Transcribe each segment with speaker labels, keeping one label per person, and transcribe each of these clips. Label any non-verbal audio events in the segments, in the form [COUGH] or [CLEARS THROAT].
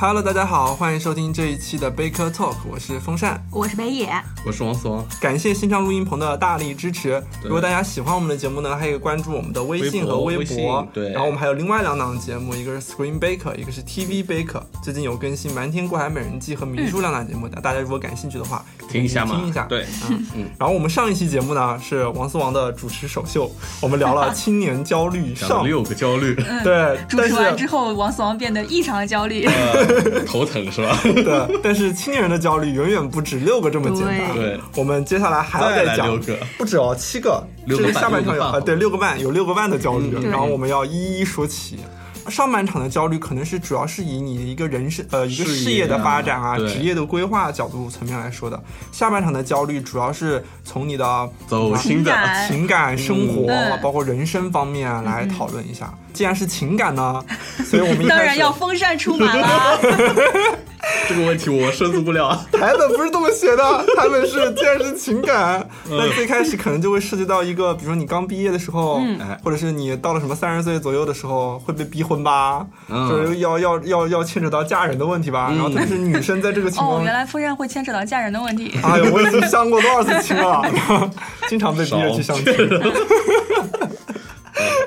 Speaker 1: Hello，大家好，欢迎收听这一期的 Baker Talk，我是风扇。
Speaker 2: 我是北野，
Speaker 3: 我是王思王，
Speaker 1: 感谢新上录音棚的大力支持。
Speaker 3: 对
Speaker 1: 如果大家喜欢我们的节目呢，还可以关注我们的微信
Speaker 3: 微博
Speaker 1: 和微
Speaker 3: 微
Speaker 1: 博
Speaker 3: 信。对
Speaker 1: 然后我们还有另外两档节目，一个是 Screen Baker，一个是 TV Baker。最近有更新《瞒天过海美人计》和《迷住》两档节目，大家如果感兴趣的话，
Speaker 3: 听一下嘛，
Speaker 1: 听一下。。
Speaker 3: 对，
Speaker 1: 然后我们上一期节目呢是王思王的主持首秀，我们聊
Speaker 3: [LAUGHS]
Speaker 1: 了青年焦虑
Speaker 3: 讲
Speaker 1: 上
Speaker 3: 了。六个焦虑，
Speaker 1: 对，
Speaker 2: 主
Speaker 1: 但
Speaker 2: 持完之
Speaker 1: 是
Speaker 2: 后，王死亡变得异常的焦虑。
Speaker 3: 呃头疼是吧？
Speaker 1: 对，但是青年人的焦虑远远不止六个这么简单。
Speaker 3: 对对
Speaker 1: 我们接下来 [LAUGHS] 还要
Speaker 3: 再来
Speaker 1: 讲
Speaker 3: 六个，
Speaker 1: 不止哦，七个，
Speaker 3: 六个
Speaker 1: 这
Speaker 3: 半
Speaker 1: 下半场有
Speaker 3: 六个半
Speaker 1: 啊，对，六个半有六个半的焦虑，
Speaker 2: 对
Speaker 1: 然后我们要一一说起。上半场的焦虑可能是主要是以你的一个人生呃一个
Speaker 3: 事业啊
Speaker 1: 事业的发展啊、
Speaker 3: 对
Speaker 1: 职业的规划角度层面来说的，下半场的焦虑主要是从你的
Speaker 3: 走心
Speaker 2: 情
Speaker 3: 的
Speaker 2: 感
Speaker 1: 情感、生活、
Speaker 2: 嗯
Speaker 1: 包括人生方面啊来讨论一下。既然是情感
Speaker 2: [LAUGHS]
Speaker 1: 呢，所以我们一
Speaker 2: 当
Speaker 1: 开
Speaker 2: 然
Speaker 1: 始
Speaker 2: 要风扇出马啦！
Speaker 1: [LAUGHS]
Speaker 3: 这个问题我深思不 [LAUGHS] 了。哦
Speaker 1: 台本不是这么写的，台本是既然是情感，
Speaker 3: 嗯
Speaker 1: 那最开始可能就会涉及到一个，比如说你刚毕业的时候，
Speaker 3: 哎
Speaker 1: 或者是你到了什么三十岁左右的时候会被逼婚吧，
Speaker 3: 嗯
Speaker 1: 就是要要要要牵扯到嫁人的问题吧，然后但是女生在这个情
Speaker 2: 哦，
Speaker 1: 况。
Speaker 2: 原来风扇会牵扯到嫁人的问题。
Speaker 1: 哎呦，我已经相过多少次亲了， [LAUGHS] 经常被逼着去相亲。
Speaker 3: 嗯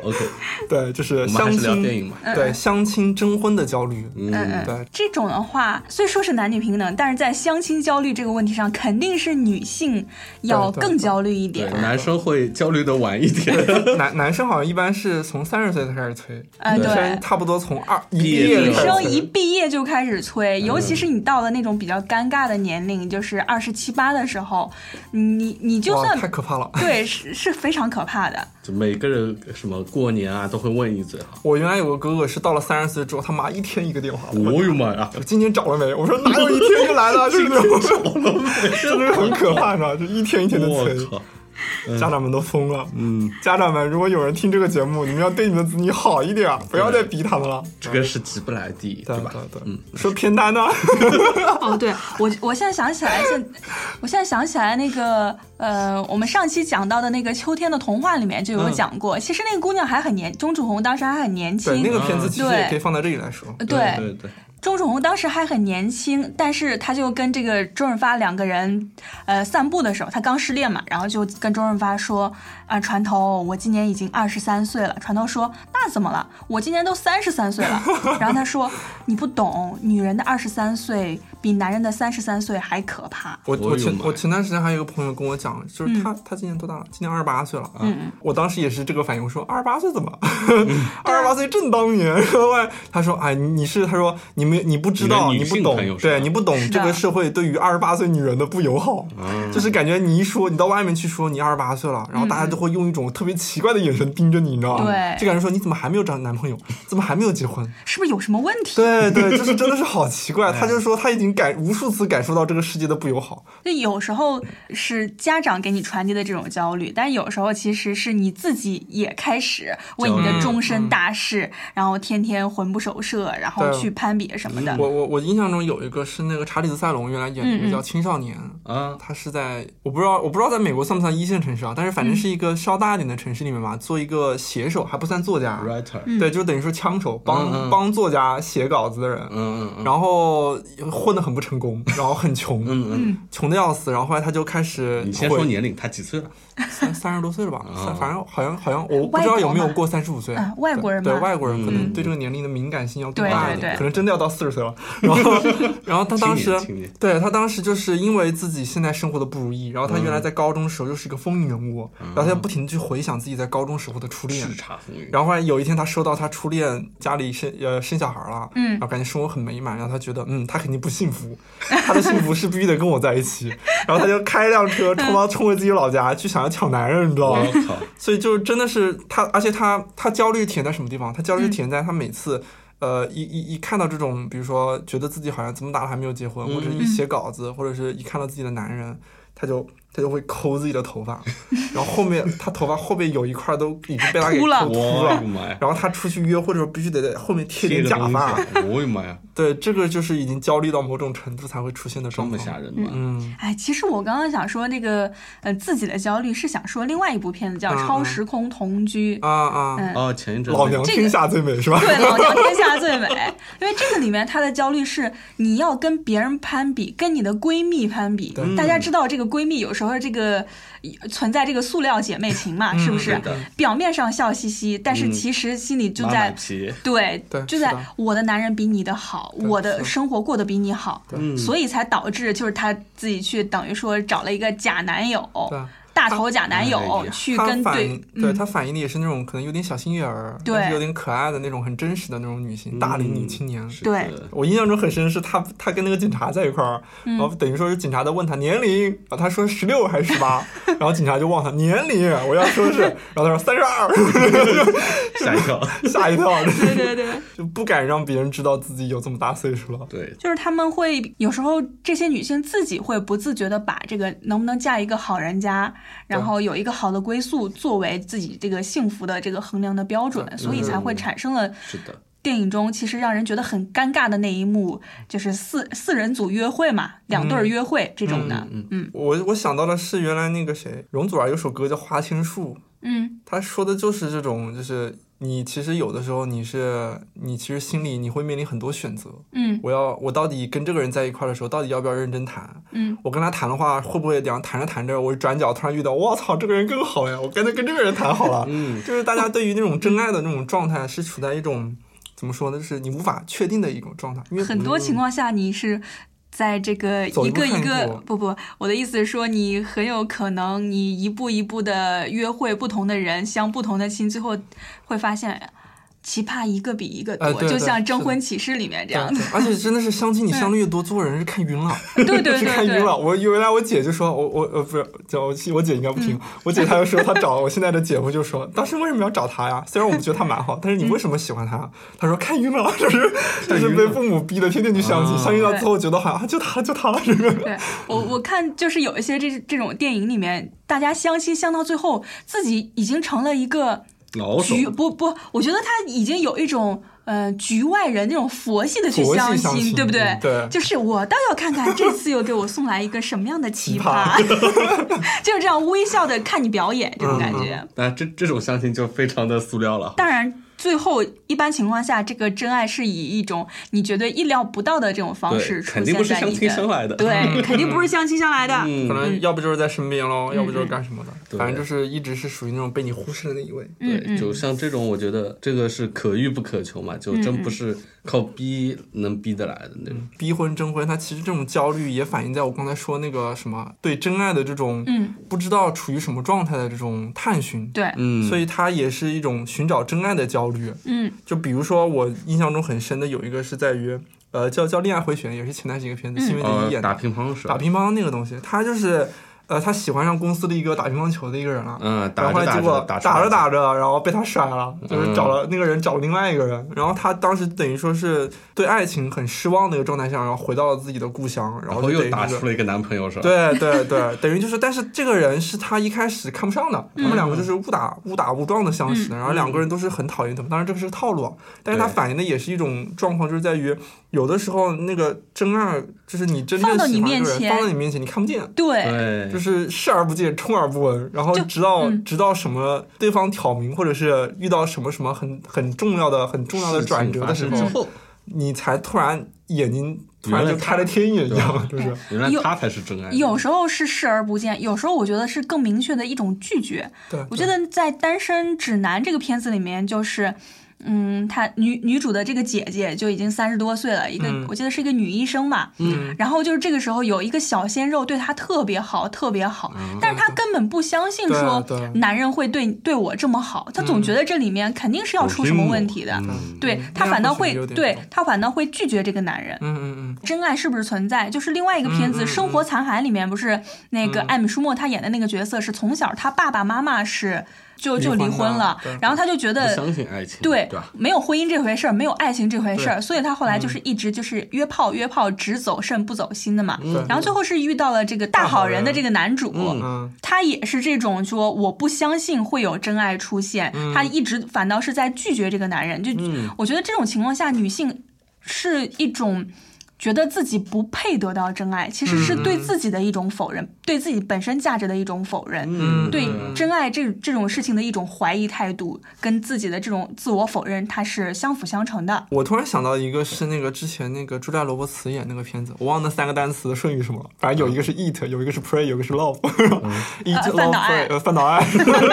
Speaker 3: OK，
Speaker 1: [LAUGHS] 对，就是
Speaker 3: 我们
Speaker 1: 相
Speaker 3: 还是
Speaker 1: 亲
Speaker 3: 聊电影吧。
Speaker 1: 对，相亲征婚的焦虑。嗯，
Speaker 2: 嗯
Speaker 1: 对
Speaker 2: 嗯，这种的话，虽说是男女平等，但是在相亲焦虑这个问题上，肯定是女性要
Speaker 1: 对对
Speaker 2: 更焦虑一
Speaker 3: 对，
Speaker 2: 点。
Speaker 3: 男生会焦虑的晚一 [LAUGHS] 点，
Speaker 1: 男男生好像一般是从三十岁才开始催，
Speaker 2: 哎
Speaker 1: 女
Speaker 2: 对
Speaker 1: 生差不多从二一
Speaker 3: 毕
Speaker 1: 毕业
Speaker 3: 业
Speaker 2: 女
Speaker 1: 就开始
Speaker 2: 生
Speaker 1: 催
Speaker 2: 一毕业就开始
Speaker 1: 嗯
Speaker 2: 催，尤其是你到了那种比较尴尬的年龄，就是二十七八的时候，你你就
Speaker 1: 哇
Speaker 2: 算
Speaker 1: 太可怕了。
Speaker 2: 对是是非常可怕的。
Speaker 3: 就每个人什么过年啊都会问一嘴 [LAUGHS] 哈。
Speaker 1: 我原来有个哥哥是到了三十岁之后，他妈一天一个电话。
Speaker 3: 哎我呦妈呀！
Speaker 1: 我今天找了没？我说哪有一天就 [LAUGHS] 来了，就是那种，就是很可怕，你知道吗？就一天一天的
Speaker 3: 哎我
Speaker 1: 催，
Speaker 3: 靠，
Speaker 1: 家长们都疯了。嗯，家长们，如果有人听这个节目，你们要对你们子女好一点啊，不要再逼他们了。
Speaker 3: 这个是急不来的，
Speaker 1: 对嗯
Speaker 3: 吧？
Speaker 1: 对对，说偏袒呢？
Speaker 2: 哦，对我，我现在想起来，现我现在想起来那个，呃，我们上期讲到的那个《秋天的童话》里面就有
Speaker 1: 嗯
Speaker 2: 讲过，其实那个姑娘还很年，钟楚红当时还很年
Speaker 1: 对，
Speaker 2: 轻，
Speaker 1: 那个片子其实
Speaker 2: 对
Speaker 1: 也可以放在这里来说。
Speaker 2: 呃
Speaker 3: 对
Speaker 2: 对，
Speaker 3: 对对，
Speaker 2: 钟楚红当时还很年轻，但是她就跟这个周润发两个人，呃，散步的时候，她刚失恋嘛，然后就跟周润发说，啊、船头，我今年已经二十三岁了。船头说，那怎么了？我今年都三十三岁了。然后他说，你不懂，女人的二十三岁比男人的三十三岁还可怕。
Speaker 1: 我
Speaker 3: 我
Speaker 1: 我
Speaker 3: 有
Speaker 1: 前
Speaker 3: 买
Speaker 1: 我前段时间还有一个朋友跟我讲，
Speaker 2: 嗯
Speaker 1: 就是他、他今年多大了？今年二十八岁了。嗯，我当时也是这个反应，我说二十八岁怎么？
Speaker 2: 嗯
Speaker 1: [LAUGHS] 二十八岁正当年。然后后来他说，哎，你是他说你没你不知道，你
Speaker 3: 你的女
Speaker 1: 不
Speaker 3: 性
Speaker 1: 懂
Speaker 3: 朋友，是吧
Speaker 1: 对你不懂
Speaker 2: 是的
Speaker 1: 这个社会对于二十八岁女人的不友好，[LAUGHS]
Speaker 3: 嗯
Speaker 1: 就是感觉你一说你到外面去说你二十八岁了，然后大家都会用一种特别奇怪的眼神盯着你，你知道吗？
Speaker 2: 嗯对
Speaker 1: 就感觉说你怎么还没有找男朋友，怎么还没有结婚？
Speaker 2: 是不是有什么问题？
Speaker 1: 对对，就是真的是好奇
Speaker 3: [LAUGHS] 哎
Speaker 1: 怪。他就说他已经感无数次感受到这个世界的不友好。
Speaker 2: 就有时候是家长给你传递的这种焦虑，但有时候其实是你自己也开始为你的终身大事，然后天天魂不守舍，然后
Speaker 1: 嗯对嗯
Speaker 2: 去攀比什么的。
Speaker 1: 我我我印象中有一个是那个查理·塞隆原来演的一个叫《青少年》
Speaker 3: 啊，
Speaker 1: 他是在我不知道我不知道在美国算不算一线城市啊，但是反正是一个稍大一点的城市里面嘛，做一个写手还不算作家
Speaker 3: writer，
Speaker 1: 对，就等于说枪手帮、
Speaker 3: 嗯嗯
Speaker 1: 帮作家写稿子的人，
Speaker 3: 嗯嗯
Speaker 1: 然后混得很不成功，然后很穷，
Speaker 3: 嗯嗯，
Speaker 1: 穷的要死，然后后来他就开始
Speaker 3: 你先
Speaker 1: 毁
Speaker 3: 说年龄，他几岁啊了？
Speaker 1: 三三十多岁了吧，
Speaker 3: 嗯
Speaker 1: 三反正好像好像我不知道有没有过三十五岁
Speaker 2: 啊，外国人嘛
Speaker 1: 对外国人可能
Speaker 3: 嗯
Speaker 1: 对这个年龄的敏感性要更大一
Speaker 2: 对对
Speaker 1: 点，
Speaker 2: 对
Speaker 1: 可能真的要到四十岁了。然后，然后他当时
Speaker 3: 青年青年，
Speaker 1: 对他当时就是因为自己现在生活的不如意，然后他原来在高中的时候又是一个风云人物，然后他就不停的去回想自己在高中时候的初恋
Speaker 3: 叱。咤风云，
Speaker 1: 然后后来有一天，他收到他初恋家里生呃生小孩了，
Speaker 2: 嗯
Speaker 1: 然后感觉生活很美满，然后他觉得嗯他肯定不幸福， [LAUGHS] 他的幸福是必须得跟我在一起， [LAUGHS] 然后他就开一辆车冲到冲回自己老家去想要抢男人，你知道
Speaker 2: 嗯
Speaker 1: 吗？
Speaker 3: 我靠，
Speaker 1: 所以就真的是他，而且他他焦虑体现在什么地方？他焦虑体现在他每次。呃，一一一看到这
Speaker 2: 嗯
Speaker 1: 种，比如说觉得自己好像怎么打了还没有结婚，或者一写稿子，或者是一看到自己的男人，他就他就会抠自己的头发，然后后面他头发后面有一块都已经被他给
Speaker 2: 秃
Speaker 1: 抠
Speaker 2: 了
Speaker 1: 秃
Speaker 3: 我
Speaker 1: 了
Speaker 3: 的。妈呀！
Speaker 1: 然后他出去约会的时候必须得在后面贴点
Speaker 3: 贴个
Speaker 1: 假
Speaker 3: 东西
Speaker 1: 发，，
Speaker 3: 我的妈呀，
Speaker 1: 对，这个就是已经焦虑到某种程度才会出现的
Speaker 3: 这
Speaker 1: 状
Speaker 3: 么
Speaker 1: 况。
Speaker 3: 吓人吗？
Speaker 1: 嗯，
Speaker 2: 哎，其实我刚刚想说那个呃自己的焦虑，是想说另外一部片子
Speaker 1: 嗯
Speaker 2: 叫《
Speaker 1: 嗯
Speaker 2: 超时空同居》。
Speaker 1: 啊啊，
Speaker 2: 嗯
Speaker 3: 哦，前一阵
Speaker 1: 老娘
Speaker 2: 这个
Speaker 1: 天下最美是吧？
Speaker 2: 对，老娘天下最美。因为这个里面她的焦虑是你要跟别人攀比，跟你的闺蜜攀比。
Speaker 1: 对嗯
Speaker 2: 大家知道这个闺蜜有时候这个存在这个塑料姐妹情
Speaker 1: 嗯
Speaker 2: 嘛，是不是？
Speaker 3: 是的
Speaker 2: 表面上笑嘻嘻，但是
Speaker 3: 嗯
Speaker 2: 其实心里就
Speaker 3: 妈
Speaker 2: 在、
Speaker 3: 买皮，
Speaker 2: 对，
Speaker 1: 对
Speaker 2: 就是在
Speaker 1: 的
Speaker 2: 我的男人比你的好，
Speaker 1: 对
Speaker 2: 我
Speaker 1: 是
Speaker 2: 的
Speaker 1: 的
Speaker 2: 生活过得比你好，
Speaker 3: 嗯
Speaker 2: 所以才导致就是她自己去等于说找了一个假男友，
Speaker 1: [LAUGHS] 对啊，
Speaker 2: 大头假男友
Speaker 3: 哎呀
Speaker 2: 去
Speaker 1: 他
Speaker 2: 跟
Speaker 1: 反
Speaker 2: 对
Speaker 1: 应，
Speaker 2: 嗯
Speaker 1: 他反映的也是那种可能有点小心眼儿，
Speaker 2: 对
Speaker 1: 但是有点可爱的那种很真实的那种女性，大龄女青年。
Speaker 3: 嗯是
Speaker 2: 对
Speaker 3: 的
Speaker 1: 我印象中很深，是她她跟那个警察在一块儿，然
Speaker 2: 嗯
Speaker 1: 后等于说是警察在问她年龄，啊，她说十六还是十
Speaker 2: [LAUGHS]
Speaker 1: 八，然后警察就问她年龄，我要说是，然后她说三十二，
Speaker 3: 吓一跳。
Speaker 1: [LAUGHS] 吓一跳，
Speaker 2: 对对对。
Speaker 1: 就不敢让别人知道自己有这么大岁数了。
Speaker 3: 对，
Speaker 2: 就是他们会有时候这些女性自己会不自觉的把这个能不能嫁一个好人家，然后有一个好的归宿作为自己这个幸福的这个衡量的标准，
Speaker 1: 对
Speaker 2: 所以才
Speaker 3: 嗯
Speaker 2: 会产生了
Speaker 3: 是的，
Speaker 2: 电影中其实让人觉得很尴尬的那一幕，就是四四人组约会嘛，两对儿约会这种的，
Speaker 3: 嗯
Speaker 2: 嗯
Speaker 1: 我我想到的是原来那个谁，容祖儿有首歌叫《花千树》，
Speaker 2: 嗯
Speaker 1: 他说的就是这种，就是你其实有的时候你是你其实心里你会面临很多选择。
Speaker 2: 嗯
Speaker 1: 我要我到底跟这个人在一块儿的时候，到底要不要认真谈？
Speaker 2: 嗯，
Speaker 1: 我跟他谈的话，会不会两谈着谈着，我转角突然遇到，我操，这个人更好呀，我干脆跟这个人谈好了。
Speaker 3: 嗯，
Speaker 1: [LAUGHS] 就是大家对于那种真爱的那种状态，是处在一种怎么说呢？就是你无法确定的一种状态，因为
Speaker 2: 很多情况下你是。在这个
Speaker 1: 走
Speaker 2: 一
Speaker 1: 一步
Speaker 2: 个
Speaker 1: 看
Speaker 2: 一
Speaker 1: 一
Speaker 2: 个
Speaker 1: 步
Speaker 2: 不不，我的意思是说，你很有可能你一步一步的约会不同的人，相不同的亲，最后会发现奇葩一个比一个多，
Speaker 1: 哎对
Speaker 2: 就
Speaker 1: 对
Speaker 2: 像《
Speaker 1: 是
Speaker 2: 征
Speaker 1: 的
Speaker 2: 婚启事》里面这
Speaker 1: 对，
Speaker 2: 样的。
Speaker 1: 对而且真的是相亲，你相的越多，做人是看晕了，
Speaker 2: [LAUGHS] 对对对
Speaker 1: 是看晕
Speaker 2: 对
Speaker 1: 了。我原来我姐就说，我我呃不是，叫我我姐应该不
Speaker 2: 嗯
Speaker 1: 听，我姐她就说她找我现在的姐夫就说，当时为什么要找他呀？虽然我们觉得他蛮好，但
Speaker 2: 嗯
Speaker 1: 是你为什么喜欢他？她说看晕了，就是就
Speaker 3: 看晕
Speaker 1: 是
Speaker 3: 了
Speaker 1: 被父母逼的，天天去相亲，
Speaker 3: 啊
Speaker 1: 相亲到最后觉得好像啊就他就他这个。
Speaker 2: 对我我看就是有一些这这种电影里面，大家相亲相到最后，自己已经成了一个
Speaker 3: 老手
Speaker 2: 局不不，我觉得他已经有一种呃局外人那种佛系的去
Speaker 1: 佛系
Speaker 2: 相
Speaker 1: 相亲
Speaker 2: 对不对
Speaker 1: 嗯？对
Speaker 2: 就是我倒要看看这次又给我送来一个什么样的奇葩，
Speaker 1: 奇
Speaker 2: [LAUGHS] 就是这样微笑的看你表演这种感觉。
Speaker 3: 那这这种相亲就非常的塑料了。
Speaker 2: 当然，最后一般情况下，这个真爱是以一种你觉得意料不到的这种方
Speaker 3: 对
Speaker 2: 式出
Speaker 3: 肯定
Speaker 2: 现
Speaker 3: 不是
Speaker 2: 在
Speaker 3: 相
Speaker 2: 你
Speaker 3: 亲
Speaker 2: 的。
Speaker 3: 相来的。
Speaker 2: 对，肯定不是相亲相来的。
Speaker 1: [LAUGHS] 可
Speaker 3: 嗯，
Speaker 1: 能要不就是在身边喽，要不就是干什么的，
Speaker 3: 对
Speaker 1: 反正就是一直是属于那种被你忽视的那一位。
Speaker 3: 嗯
Speaker 2: 嗯
Speaker 3: 对，就像这种，我觉得这个是可遇不可求嘛，就
Speaker 2: 嗯
Speaker 3: 真不是靠逼能逼得来的那种。
Speaker 1: 逼婚征婚，它其实这种焦虑也反映在我刚才说那个什么对真爱的这种，
Speaker 2: 嗯，
Speaker 1: 不知道处于什么状态的这种探寻，
Speaker 2: 对，
Speaker 3: 嗯，
Speaker 1: 所
Speaker 3: 以
Speaker 1: 以它也是一种寻找真爱的焦虑。
Speaker 2: 嗯
Speaker 1: 就比如说我印象中很深的有一个是在于，呃，叫叫《恋爱回旋》，也是前段时间一个
Speaker 2: 嗯
Speaker 1: 片子，新垣结
Speaker 3: 呃
Speaker 1: 衣，演
Speaker 3: 打
Speaker 1: 的，
Speaker 3: 乒乓是吧
Speaker 1: 打乒乓那个东西，他就是，呃，他喜欢上公司的一个打乒乓球的一个人了，
Speaker 3: 嗯，
Speaker 1: 然
Speaker 3: 打
Speaker 1: 后后
Speaker 3: 着
Speaker 1: 来结
Speaker 3: 打
Speaker 1: 果
Speaker 3: 着打
Speaker 1: 着打着，然后被他甩了，就是找
Speaker 3: 嗯
Speaker 1: 了那个人找了另外一个人，然后他当时等于说是对爱情很失望的一个状态下，然后回到了自己的故乡，然
Speaker 3: 然
Speaker 1: 后
Speaker 3: 后
Speaker 1: 就
Speaker 3: 又
Speaker 1: 等于
Speaker 3: 打
Speaker 1: 是
Speaker 3: 出了一个男朋友是吧？
Speaker 1: 对对对，等于就是，但是这个人是他一开始看不上的，他们两个就是误打
Speaker 3: 嗯
Speaker 1: 误打误撞的相
Speaker 2: 嗯
Speaker 1: 识的，然后两个人都是很讨厌他们，当然这个是个套路啊，但是他
Speaker 3: 对
Speaker 1: 反映的也是一种状况，就是在于有的时候那个真爱就是你真
Speaker 2: 放
Speaker 1: 正
Speaker 2: 到你
Speaker 1: 喜欢
Speaker 2: 面
Speaker 1: 一个人
Speaker 2: 前
Speaker 1: 放到你面前，你看不见，
Speaker 2: 对。
Speaker 1: 就
Speaker 3: 对，
Speaker 1: 是视而不见，充耳不闻，然后
Speaker 2: 就
Speaker 1: 直到、
Speaker 2: 嗯
Speaker 1: 直到什么对方挑明，或者是遇到什么什么很很重要的、很重要的转折的时
Speaker 3: 事情发生
Speaker 1: 候
Speaker 3: 之，后，
Speaker 1: 你才突然眼睛突然
Speaker 3: 原来
Speaker 1: 就开了天眼一样，就
Speaker 2: 对
Speaker 1: 是
Speaker 3: 原来他才是真爱。
Speaker 2: 有时候是视而不见，有时候我觉得是更明确的一种拒绝。
Speaker 1: 对。
Speaker 2: 我觉得在《单身指南》这个片子里面，就是，嗯，她女女主的这个姐姐就已经三十多岁了，一个、
Speaker 1: 嗯
Speaker 2: 我记得是一个女医生嘛，
Speaker 1: 嗯，
Speaker 2: 然后就是这个时候有一个小鲜肉对她特别好，特别好，但是她根本不相信
Speaker 1: 嗯对啊
Speaker 2: 说
Speaker 1: 对嗯啊
Speaker 2: 男人会对对我这么好，她总觉得这里面肯定是要出什么问题的，
Speaker 3: 嗯
Speaker 2: 对
Speaker 1: 嗯
Speaker 2: 她
Speaker 1: 那
Speaker 2: 反倒
Speaker 1: 或许
Speaker 2: 会
Speaker 1: 有点
Speaker 2: 对
Speaker 1: 像
Speaker 2: 她反倒会拒绝这个男人。
Speaker 1: 嗯嗯嗯，
Speaker 2: 真爱是不是存在？就是另外一个片子
Speaker 1: 嗯
Speaker 2: 《
Speaker 1: 嗯
Speaker 2: 生活残骸》里面，不是那个艾米舒默她演的那个角色是从小她爸爸妈妈是就就离
Speaker 1: 离
Speaker 2: 婚了
Speaker 1: 婚了对，
Speaker 2: 然后他就觉
Speaker 3: 不
Speaker 2: 得
Speaker 3: 相信爱情，
Speaker 2: 呃对，
Speaker 3: 对吧？
Speaker 2: 没有婚姻这回事儿，没有爱情这回事儿，
Speaker 1: 对
Speaker 2: 所以他后来就是一直就是约炮约炮，只走肾不走心的嘛。
Speaker 1: 对
Speaker 2: 然后最后是遇到了这个大好人的这个男主，
Speaker 3: 嗯
Speaker 1: 嗯，
Speaker 2: 他也是这种说我不相信会有真爱出现，他一直反倒是在拒绝这个男人。就、我觉得这种情况下，女性是一种。觉得自己不配得到真爱，其实是对自己的一种否认，对自己本身价值的一种否认。
Speaker 1: 嗯
Speaker 2: 对真爱这这种事情的一种怀疑态度，跟自己的这种自我否认，它是相辅相成的。
Speaker 1: 我突然想到一个是那个之前那个朱莉亚·罗伯茨演那个片子，我忘了那三个单词的顺序是什么了，反正有一个是 eat，有一个是 pray，有一个是 [LAUGHS] love，eat
Speaker 2: 呃饭
Speaker 1: love
Speaker 2: 岛爱
Speaker 1: pray，呃饭岛爱，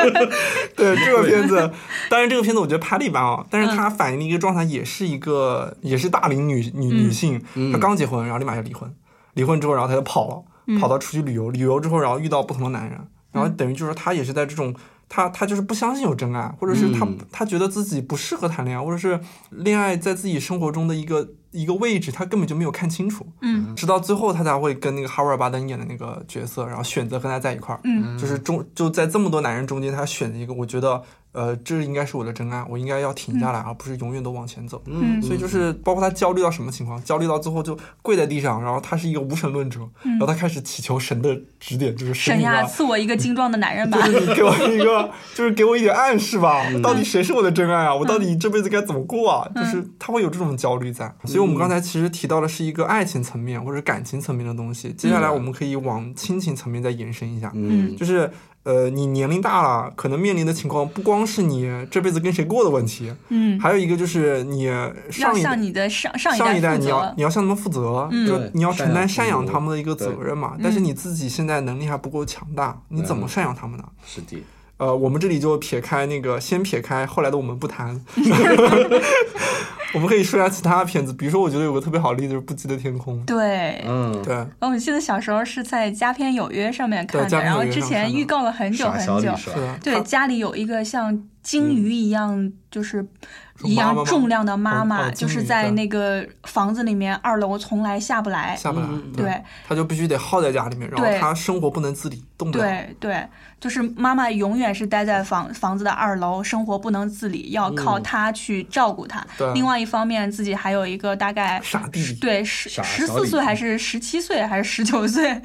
Speaker 1: [LAUGHS] 对这个片子， [LAUGHS] 当然这个片子我觉得拍的一般啊，但是它反映的一个状态也是一个也是大龄女女女性，她刚结婚，然后立马就离婚，离婚之后，然后她就跑了，跑到出去旅游，旅游之后，然后遇到不同的男人，然后等于就是她也是在这种。她她就是不相信有真爱，或者是她
Speaker 3: 嗯
Speaker 1: 她觉得自己不适合谈恋爱，或者是恋爱在自己生活中的一个一个位置，她根本就没有看清楚。
Speaker 2: 嗯，
Speaker 1: 直到最后她才会跟那个哈维尔巴登演的那个角色，然后选择跟他在一块儿。
Speaker 2: 嗯，
Speaker 1: 就是中就在这么多男人中间，她选择一个，我觉得呃，这应该是我的真爱，我应该要停下来，而不是永远都往前走。
Speaker 2: 嗯
Speaker 1: 所以就是包括她焦虑到什么情况，焦虑到最后就跪在地上，然后她是一个无神论者，然后她开始祈求神的指点，就是
Speaker 2: 嗯神
Speaker 1: 明啊
Speaker 2: 呀，赐我一个精壮的男人吧
Speaker 1: [LAUGHS] 就。是你给我一个，就是给我一点暗示吧，
Speaker 3: 嗯
Speaker 1: 到底谁是我的真爱啊？我到底
Speaker 2: 嗯
Speaker 1: 这辈子该怎么过啊？就是他会有这种焦虑在。所以我们
Speaker 3: 嗯
Speaker 1: 刚才其实提到的是一个爱情层面或者感情层面的东西，接下来我们可以往亲情层面再延伸一下，
Speaker 3: 嗯
Speaker 1: 就是。呃，你年龄大了，可能面临的情况不光是你这辈子跟谁过的问题，
Speaker 2: 嗯，
Speaker 1: 还有一个就是你
Speaker 2: 要
Speaker 1: 上一
Speaker 2: 向你的上上
Speaker 1: 上
Speaker 2: 一
Speaker 1: 代
Speaker 2: 负
Speaker 1: 你要
Speaker 2: 责。
Speaker 1: 你要向他们负责，
Speaker 2: 嗯
Speaker 1: 就
Speaker 3: 对
Speaker 1: 你要承担赡
Speaker 3: 赡
Speaker 1: 养
Speaker 3: 养
Speaker 1: 他们的一个责
Speaker 3: 对
Speaker 1: 任嘛。但是你自己现在能力还不够强大，你怎么
Speaker 3: 嗯
Speaker 1: 赡养他们呢？
Speaker 3: 是的，
Speaker 1: 呃，我们这里就撇开那个，先撇开后来的我们不
Speaker 2: [LAUGHS]
Speaker 1: 谈，我们可以说一下其他片子，比如说我觉得有个特别好的例子就是《不羁的天空》，
Speaker 2: 对，
Speaker 3: 嗯，
Speaker 1: 对，
Speaker 2: 我记得小时候是在《佳片有约》上面
Speaker 1: 对
Speaker 2: 看
Speaker 1: 佳
Speaker 2: 的，
Speaker 1: 片
Speaker 2: 然后
Speaker 1: 有约
Speaker 2: 之
Speaker 1: 上
Speaker 2: 前
Speaker 1: 看的
Speaker 2: 预告了很久
Speaker 3: 傻
Speaker 2: 很
Speaker 3: 小李
Speaker 2: 久。
Speaker 3: 是
Speaker 1: 是
Speaker 3: 吧？
Speaker 1: 的，
Speaker 2: 对，
Speaker 1: 它
Speaker 2: 家里有一个像鲸鱼一样，就是
Speaker 1: 说
Speaker 2: 一
Speaker 1: 嗯妈
Speaker 2: 样
Speaker 1: 妈吗
Speaker 2: 重量的妈
Speaker 1: 哦
Speaker 2: 妈，
Speaker 1: 哦
Speaker 2: 就
Speaker 1: 鲸
Speaker 2: 是
Speaker 1: 鱼
Speaker 2: 在
Speaker 1: 对
Speaker 2: 那个房子里面二楼从来下不来。
Speaker 1: 下不来，
Speaker 3: 嗯
Speaker 1: 对，
Speaker 2: 对
Speaker 1: 他就必须得耗在家里面，然
Speaker 2: 对
Speaker 1: 后他生活不能自理，动不了，
Speaker 2: 对对，就是妈妈永远是待在房房子的二楼，生活不能自理，要靠她去照顾她。
Speaker 1: 嗯对
Speaker 2: 另外一方面，自己还有一个大概
Speaker 1: 傻嗯弟弟
Speaker 2: 对十
Speaker 3: 傻
Speaker 2: 十
Speaker 3: 小
Speaker 2: 四
Speaker 3: 李
Speaker 2: 岁还是十七岁还是十九岁，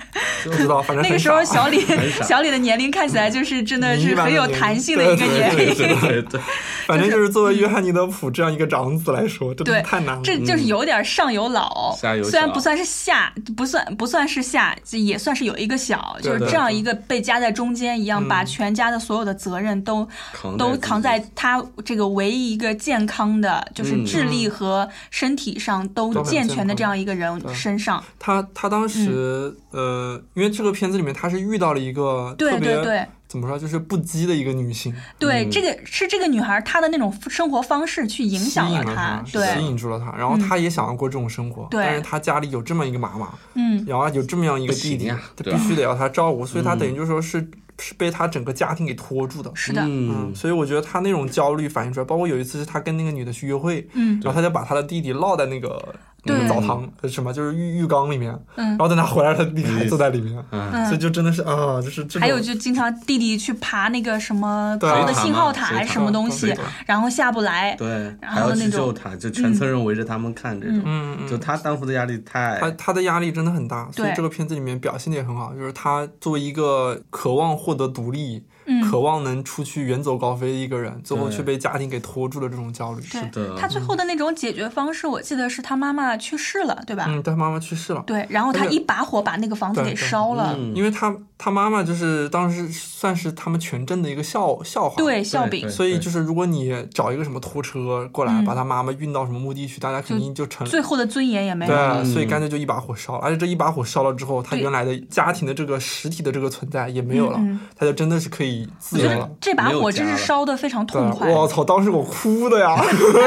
Speaker 1: 不
Speaker 3: [LAUGHS]
Speaker 1: 知道，反正
Speaker 2: 那个
Speaker 1: 很
Speaker 2: 时候
Speaker 1: 傻
Speaker 2: 小李
Speaker 3: 很傻
Speaker 2: 小李的年龄看起来就是真的
Speaker 1: 泥
Speaker 2: 是
Speaker 1: 巴
Speaker 2: 很
Speaker 1: 的
Speaker 2: 有
Speaker 1: 年龄
Speaker 2: 弹性的一个
Speaker 1: 对对
Speaker 2: 年龄。
Speaker 3: 对对对，
Speaker 1: 反正就是作为约翰尼德普这样一个长子来说，真的
Speaker 2: 嗯
Speaker 1: 是
Speaker 2: 对
Speaker 1: 太难了。
Speaker 2: 这就是有点上有老，
Speaker 3: 下有
Speaker 2: 虽然
Speaker 3: 小
Speaker 2: 不算是下，不算不算是下，这也算是有一个小，
Speaker 1: 对
Speaker 2: 就是
Speaker 1: 对
Speaker 2: 这样一个被夹在中间一样，
Speaker 1: 嗯
Speaker 2: 把全家的所有的责任都
Speaker 3: 扛
Speaker 2: 都
Speaker 3: 自己
Speaker 2: 扛在他这个唯一一个健康的，就是
Speaker 3: 嗯
Speaker 2: 智力和身体上都
Speaker 1: 都很
Speaker 2: 健全的
Speaker 1: 健康
Speaker 2: 这样一个人
Speaker 1: 对
Speaker 2: 身上。
Speaker 1: 他他当时、呃，因为这个片子里面他是遇到了一个
Speaker 2: 对
Speaker 1: 特别
Speaker 2: 对对
Speaker 1: 怎么说，就是不羁的一个女性，
Speaker 2: 对，这个是这个女孩她的那种生活方式去影响
Speaker 1: 吸引了
Speaker 2: 她
Speaker 1: 他，。吸
Speaker 2: 对，嗯
Speaker 1: 引住了他，然后他也想要过这种生活，
Speaker 2: 对
Speaker 1: 但是他家里有这么一个妈妈，
Speaker 2: 嗯，
Speaker 1: 然后有这么样一个弟弟，
Speaker 3: 不行呀
Speaker 1: 他
Speaker 3: 对
Speaker 1: 必
Speaker 3: 吧嗯
Speaker 1: 须得要他照顾，所以他等于就说是、是被他整个家庭给拖住的。
Speaker 2: 是的，
Speaker 1: 嗯，
Speaker 3: 嗯，
Speaker 1: 所以我觉得他那种焦虑反映出来，包括有一次是他跟那个女的去约会，
Speaker 2: 嗯
Speaker 1: 然后他就把他的弟弟落在那个那个
Speaker 2: 对
Speaker 1: 澡堂呃什么就是浴浴缸里面，
Speaker 2: 嗯
Speaker 1: 然后等他回来，他弟弟还
Speaker 3: 嗯
Speaker 1: 坐在里面，
Speaker 3: 嗯
Speaker 1: 所以就真的是啊，就是这种
Speaker 2: 还有就经常弟弟去爬那个什么
Speaker 1: 对
Speaker 2: 高的
Speaker 1: 水塔
Speaker 2: 信
Speaker 3: 嘛
Speaker 2: 号塔
Speaker 3: 水
Speaker 2: 还是
Speaker 3: 塔
Speaker 2: 什么东
Speaker 1: 嗯
Speaker 2: 西
Speaker 1: 水塔，
Speaker 2: 然后下不来。
Speaker 3: 对，
Speaker 2: 然
Speaker 3: 还
Speaker 2: 后
Speaker 3: 要
Speaker 2: 那
Speaker 3: 去救
Speaker 2: 种嗯
Speaker 3: 他，就全村人围着他们看这种，
Speaker 1: 嗯嗯
Speaker 3: 就他担负的压力太
Speaker 1: 他他的压力真的很大，所以
Speaker 2: 对
Speaker 1: 这个片子里面表现的也很好，就是他作为一个渴望获得独立、
Speaker 2: 嗯
Speaker 1: 渴望能出去远走高飞的一个人，最后
Speaker 3: 对
Speaker 1: 却被家庭给拖住了这种焦虑。
Speaker 2: 对
Speaker 3: 的
Speaker 2: 他最
Speaker 1: 嗯
Speaker 2: 后的那种解决方式，我记得是他妈妈去世了，对吧？
Speaker 1: 嗯，但妈妈去世了，
Speaker 2: 对，然后他
Speaker 1: 而且
Speaker 2: 一把火把那个房子
Speaker 1: 对
Speaker 2: 给
Speaker 1: 对
Speaker 2: 烧了，
Speaker 3: 嗯
Speaker 1: 因为他他妈妈就是当时算是他们全镇的一个笑笑话。
Speaker 2: 对，笑
Speaker 3: 对
Speaker 2: 柄。
Speaker 1: 所以就是如果你找一个什么拖车过
Speaker 2: 嗯
Speaker 1: 来，把他妈妈运到什么目的去，大家肯定就成。
Speaker 2: 最后的尊严也没有。
Speaker 1: 对，所以干脆就一把火烧了，而且这一把火烧了之后，他
Speaker 2: 哎对
Speaker 1: 原来的家庭的这个实体的这个存在也没有了
Speaker 2: 嗯，
Speaker 1: 他就真的是可以自
Speaker 2: 我
Speaker 1: 由
Speaker 2: 觉
Speaker 1: 了
Speaker 2: 得。这把
Speaker 3: 没有
Speaker 2: 火真
Speaker 3: 家
Speaker 2: 是
Speaker 3: 了
Speaker 2: 烧的非常
Speaker 1: 对
Speaker 2: 痛，快。
Speaker 1: 我操！当时我哭的呀，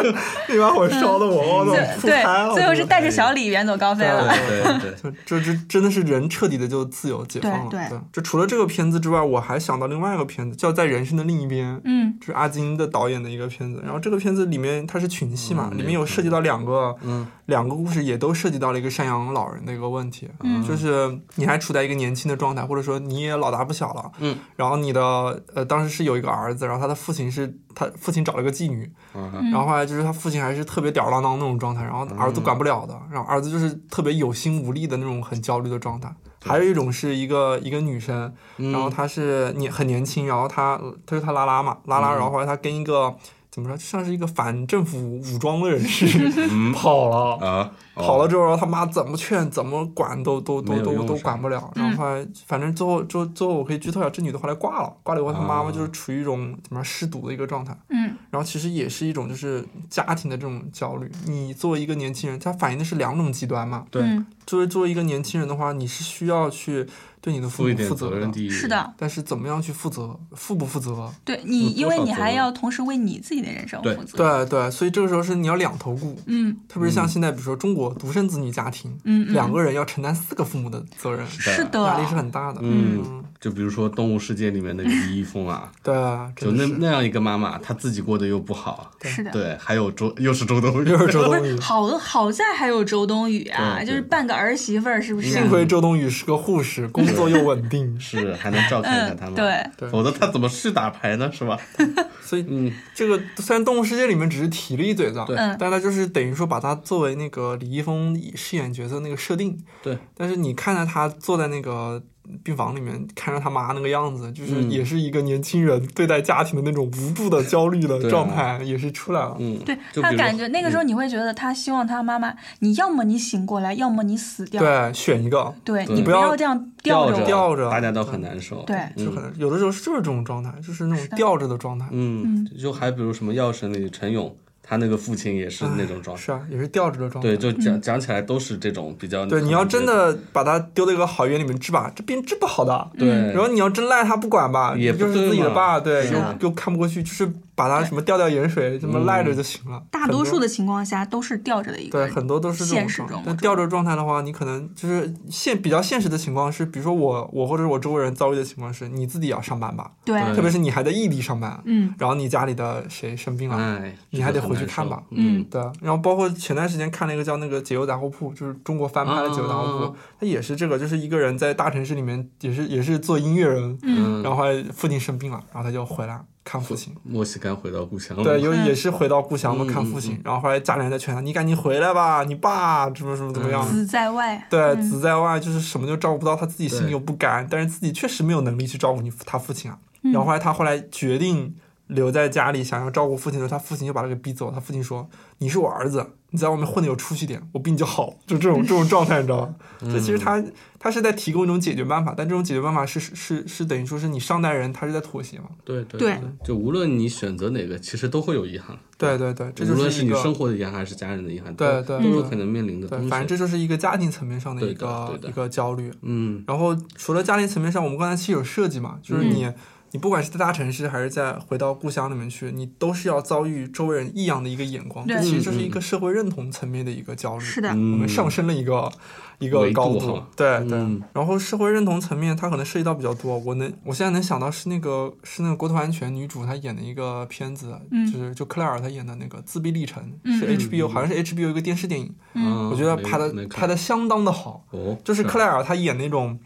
Speaker 1: [LAUGHS] 那把火烧的我，我操，哭
Speaker 2: 嗯对
Speaker 1: 瘫了。，
Speaker 2: 最后是带着
Speaker 3: 哎
Speaker 2: 小李远走高飞
Speaker 1: [LAUGHS]
Speaker 2: 了。
Speaker 3: 对对对，
Speaker 1: 就这这真的是人彻底的就自由解放了。
Speaker 2: 对对
Speaker 1: 对就除了这个片子之外，我还想到另外一个片子，叫《在人生的另一边》，
Speaker 2: 嗯
Speaker 1: 就是阿金的导演的一个片子。然后这个片子里面它是群戏嘛，
Speaker 3: 嗯
Speaker 1: 里面有涉及到两个
Speaker 3: 嗯
Speaker 1: 两个故事，也都涉及到了一个赡养老人的一个问题。
Speaker 2: 嗯
Speaker 1: 就是你还处在一个年轻的状态，或者说你也老大不小了，
Speaker 3: 嗯，
Speaker 1: 然后你的呃当时是有一个儿子，然后他的父亲是他父亲找了个妓女，
Speaker 3: 啊，
Speaker 1: 然后后来就是他父亲还是特别吊儿郎当那种状态，然后儿子管不了的，然后儿子就是特别有心无力的那种很焦虑的状态。还有一种是一个一个女生，
Speaker 3: 嗯
Speaker 1: 然后她是年很年轻，然后她她是她拉拉嘛，拉拉，
Speaker 3: 嗯
Speaker 1: 然后后来她跟一个怎么说，像是一个反政府武装的人士 [LAUGHS] 跑了。
Speaker 3: 啊，
Speaker 1: 跑了之后，然后他妈怎么劝、怎么管都都都
Speaker 3: 没有
Speaker 1: 都
Speaker 3: 用
Speaker 1: 都
Speaker 3: 上
Speaker 1: 管不了。然后后
Speaker 2: 嗯
Speaker 1: 来，反正最后最后最后我可以剧透一下，这女的后来挂了，挂了以后，她妈妈
Speaker 3: 啊
Speaker 1: 就是处于一种怎么说失毒的一个状态。
Speaker 2: 嗯
Speaker 1: 然后其实也是一种就是家庭的这种焦虑。你作为一个年轻人，它反映的是两种极端嘛。
Speaker 3: 对
Speaker 2: 嗯，
Speaker 1: 作为作为一个年轻人的话，你是需要去对你的父
Speaker 3: 负一
Speaker 1: 母
Speaker 3: 点
Speaker 1: 负责
Speaker 3: 责
Speaker 1: 的
Speaker 3: 任，第一，
Speaker 2: 是，的，
Speaker 1: 但是怎么样去负责，负不负责？
Speaker 2: 对你，
Speaker 3: 嗯
Speaker 2: 因为
Speaker 3: 多少
Speaker 2: 你
Speaker 3: 责
Speaker 2: 还
Speaker 3: 任
Speaker 2: 要同时为你自己的人生
Speaker 3: 对
Speaker 2: 负责。
Speaker 1: 对对，所以这个时候是你要两头顾，
Speaker 2: 嗯
Speaker 1: 特别是像现在，比如说中国独生子女家庭，
Speaker 2: 嗯，嗯
Speaker 1: 两个人要承担四个父母的责任，
Speaker 2: 是的，
Speaker 1: 压力是很大的。
Speaker 3: 嗯，就比如说《动物世界》里面那个李易峰啊，
Speaker 1: 对，
Speaker 3: 就
Speaker 1: 真
Speaker 3: 那
Speaker 1: 的是
Speaker 3: 那样一个妈妈，她自己过得又不好，
Speaker 2: 是的。
Speaker 3: 对，还有周又是周冬雨
Speaker 1: 又，是周
Speaker 2: 不
Speaker 1: 冬
Speaker 3: [LAUGHS]
Speaker 2: 是
Speaker 3: 啊
Speaker 1: 雨。
Speaker 2: 好好在还有周冬雨啊，
Speaker 3: 对对
Speaker 2: 就是半个儿媳妇儿，是不是？
Speaker 1: 幸亏周冬雨是个护士，工作又稳定，
Speaker 3: 是还能照看一下他
Speaker 2: 嗯，
Speaker 3: 们，
Speaker 2: 对，
Speaker 1: 对
Speaker 3: 否则他怎么去打牌呢？是吧？
Speaker 1: [LAUGHS] 所以
Speaker 3: 嗯，
Speaker 1: 这个虽然《动物世界》里面只是提了一嘴子啊，
Speaker 3: 对
Speaker 2: 嗯
Speaker 1: 但他就是等于说把他作为那个李易峰饰演角色那个设定，
Speaker 3: 对，
Speaker 1: 但是你看着他坐在那个病房里面，看着他妈那个样子，就是
Speaker 3: 嗯
Speaker 1: 也是一个年轻人对待家庭的那种无助的焦虑的
Speaker 3: 对啊
Speaker 1: 状态，也是出来了。
Speaker 3: 嗯，
Speaker 2: 对
Speaker 3: 就
Speaker 2: 他
Speaker 3: 比如
Speaker 2: 感觉那个时候你会觉得他希望他妈妈，你要么你醒过来，要么你死掉，
Speaker 1: 对，选一个，
Speaker 2: 对
Speaker 3: 对
Speaker 2: 你
Speaker 1: 不
Speaker 2: 不
Speaker 1: 要
Speaker 2: 要这样吊
Speaker 3: 着
Speaker 2: 我。
Speaker 1: 吊着
Speaker 3: 大家都很难受，嗯
Speaker 2: 对
Speaker 1: 就可能有的时候是就是这种状态，就是那种
Speaker 2: 是的
Speaker 1: 吊着的状态。
Speaker 3: 嗯，就还比如什么《药神》里陈勇，他那个父亲也是那种状态，
Speaker 1: 是啊，也是吊着的状态。
Speaker 3: 对，就
Speaker 2: 嗯
Speaker 3: 讲讲起来都是这种比较，
Speaker 1: 对，你要真的把他丢到一个好医院里面治吧，这病治不好的。
Speaker 3: 对，
Speaker 2: 嗯
Speaker 1: 然后你要真赖他不管吧，
Speaker 3: 也
Speaker 1: 你
Speaker 3: 不
Speaker 1: 就是自己的爸，
Speaker 3: 对
Speaker 1: 对，
Speaker 3: 嘛
Speaker 2: 是
Speaker 1: 又
Speaker 2: 啊
Speaker 1: 又看不过去，就是把他什么吊吊盐水，什么赖
Speaker 3: 嗯
Speaker 1: 着就行了。
Speaker 2: 大多数
Speaker 1: 的
Speaker 2: 的情况下都是吊着的一个
Speaker 1: 对
Speaker 2: 人，
Speaker 1: 很多都是这
Speaker 2: 现
Speaker 1: 种
Speaker 2: 实
Speaker 1: 状态
Speaker 2: 中。
Speaker 1: 但
Speaker 2: 的
Speaker 1: 吊着状态的话，你可能就是现比较现实的情况是，比如说我我或者我周围人遭遇的情况是，你自己也要上班吧，
Speaker 2: 对，
Speaker 3: 对
Speaker 1: 特别是你还在异地上班，
Speaker 2: 嗯
Speaker 1: 然后你家里的谁生病了，
Speaker 3: 哎，
Speaker 1: 你还得回去看吧
Speaker 3: 这个很难受，嗯，
Speaker 1: 对，啊然后包括前段时间看了一个叫那个《解忧杂货铺》，就是中国翻拍的《解忧杂货铺
Speaker 3: 啊》，
Speaker 1: 它也是这个，就是一个人在大城市里面，也是也是做音乐人，
Speaker 2: 嗯
Speaker 1: 然后后来父亲生病了，然后他就回来看父亲。
Speaker 3: 莫西干回到故乡了，
Speaker 1: 对，有
Speaker 2: 嗯
Speaker 1: 也是回到故乡嘛，
Speaker 3: 嗯
Speaker 1: 看父亲。然后后来家里人在劝他：“你赶紧回来吧，你爸怎么怎么怎么样。
Speaker 2: 子在外，
Speaker 1: 对，
Speaker 2: 嗯
Speaker 1: 子在外就是什么就照顾不到，他自己心里
Speaker 3: 对
Speaker 1: 又不甘，但是自己确实没有能力去照顾你他父亲啊。然后后来他后来决定留在家里，想要照顾父亲的时候，他父亲就把他给逼走。他父亲说：“你是我儿子，你在外面混的有出息点，我比你就好。”就这种这种状态，你知道吗？这其实他
Speaker 3: 嗯
Speaker 1: 他是在提供一种解决办法，但这种解决办法是是是是等于说是你上代人他是在妥协嘛。
Speaker 3: 对对
Speaker 2: 对，
Speaker 3: 就无论你选择哪个，其实都会有遗憾，
Speaker 1: 对对对，这
Speaker 3: 无
Speaker 1: 就
Speaker 3: 论
Speaker 1: 是一
Speaker 3: 你
Speaker 1: 个
Speaker 3: 生活的遗憾还是家人的遗憾，
Speaker 1: 对
Speaker 3: 都
Speaker 1: 对
Speaker 3: 都有
Speaker 1: 对
Speaker 3: 可能面临的东
Speaker 1: 对，
Speaker 3: 西，
Speaker 1: 反正这就是一个家庭层面上的一
Speaker 3: 对的
Speaker 1: 个
Speaker 3: 对的
Speaker 1: 一个焦虑。
Speaker 3: 嗯
Speaker 1: 然后除了家庭层面上，我们刚才其实有涉及
Speaker 2: 嗯
Speaker 1: 嘛，就是你、你不管是在大城市还是在回到故乡里面去，你都是要遭遇周围人异样的一个眼光，这
Speaker 2: 对
Speaker 1: 其实就是一个社会认同层面的一个焦虑。
Speaker 2: 是的，
Speaker 1: 我
Speaker 3: 嗯，
Speaker 1: 们上升了一个一个
Speaker 3: 维度
Speaker 1: 高
Speaker 3: 哈
Speaker 1: 对对。
Speaker 3: 嗯
Speaker 1: 然后社会认同层面，它可能涉及到比较多。我能，我现在能想到是那个是那个国土安全女主她演的一个片子，
Speaker 2: 嗯
Speaker 1: 就是就克莱尔她演的那个《自闭历程》，
Speaker 2: 嗯
Speaker 1: 是
Speaker 2: 嗯
Speaker 1: HBO，好像是 HBO 一个电视电影，
Speaker 3: 嗯，
Speaker 1: 我觉得
Speaker 3: 没
Speaker 1: 拍的
Speaker 3: 没看
Speaker 1: 拍的相当的好。
Speaker 3: 哦，
Speaker 1: 就是克莱尔她演那种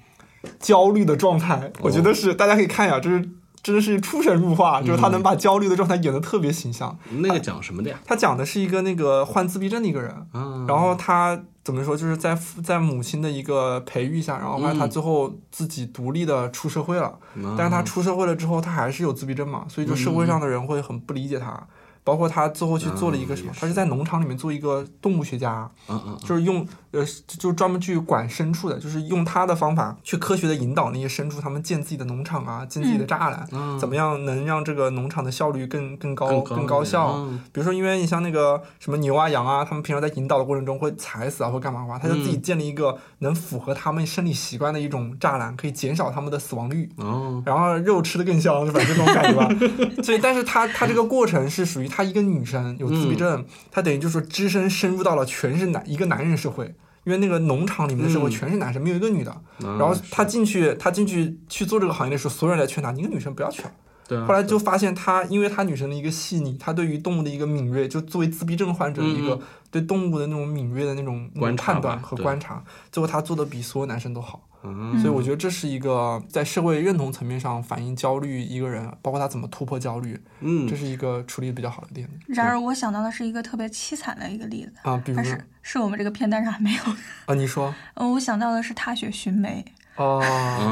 Speaker 1: 焦虑的状态，我
Speaker 3: 哦
Speaker 1: 觉得是大家可以看一下，就是真的是出神入化，就是她
Speaker 3: 嗯
Speaker 1: 能把焦虑的状态演得特别形象。
Speaker 3: 啊那个讲什么的呀？
Speaker 1: 她讲的是一个那个患自闭症的一个人，
Speaker 3: 啊，
Speaker 1: 然后他怎么说，就是在父在母亲的一个培育下，然后后来他
Speaker 3: 嗯
Speaker 1: 最后自己独立的出社会了。
Speaker 3: 嗯，
Speaker 1: 但是他出社会了之后，他还是有自闭症嘛，所以就社会上的人会很不理解他。包括他最后去做了一个什么
Speaker 3: 嗯也，是
Speaker 1: 他是在农场里面做一个动物学家，
Speaker 3: 啊啊，啊
Speaker 1: 就是用呃就专门去管牲畜的，就是用他的方法去科学的引导那些牲畜，他们建自己的农场啊，建自己的栅栏，
Speaker 3: 啊
Speaker 1: 怎么样能让这个农场的效率更更高
Speaker 3: 更
Speaker 1: 更
Speaker 3: 高
Speaker 1: 高效？
Speaker 3: 嗯
Speaker 1: 比如说，因为你像那个什么牛啊、羊啊，他们平常在引导的过程中会踩死啊，会干嘛干嘛，他就自
Speaker 3: 嗯
Speaker 1: 己建立一个能符合他们生理习惯的一种栅栏，可以减少他们的死亡率。
Speaker 3: 哦，
Speaker 1: 然后肉吃的更香，是吧？这种感觉吧。
Speaker 3: [LAUGHS]
Speaker 1: 所以，但是她她这个过程是属于
Speaker 3: 嗯
Speaker 1: 她一个女生有自闭症，她等于就是说只身深入到了全是男一个男人社会，因为那个农场里面的社会
Speaker 3: 嗯
Speaker 1: 全是男生，没有一个女的。然后他进去，他进去去做这个行业的时候，所有人在劝他，你一个女生不要去了。
Speaker 3: 对啊，
Speaker 1: 后来就发现他，因为他女生的一个细腻，他对于动物的一个敏锐，就作为自闭症患者的一个对动物的那种敏锐的那种那种
Speaker 3: 嗯观察
Speaker 1: 判断
Speaker 3: 吧
Speaker 1: 和
Speaker 3: 对
Speaker 1: 观察，最后他做的比所有男生都好。
Speaker 3: 嗯
Speaker 1: 所以我觉得这是一个在社会认同层面上反映焦虑一个人，包括他怎么突破焦虑，这
Speaker 3: 嗯，
Speaker 1: 是一个处理得比较好的点
Speaker 2: 然而，我想到的是一个特别凄惨的一个例子，
Speaker 1: 啊。比如
Speaker 2: 但是是我们这个片单上还没有。
Speaker 1: 啊，你说
Speaker 2: 嗯，我想到的是踏雪寻梅。
Speaker 1: 哦，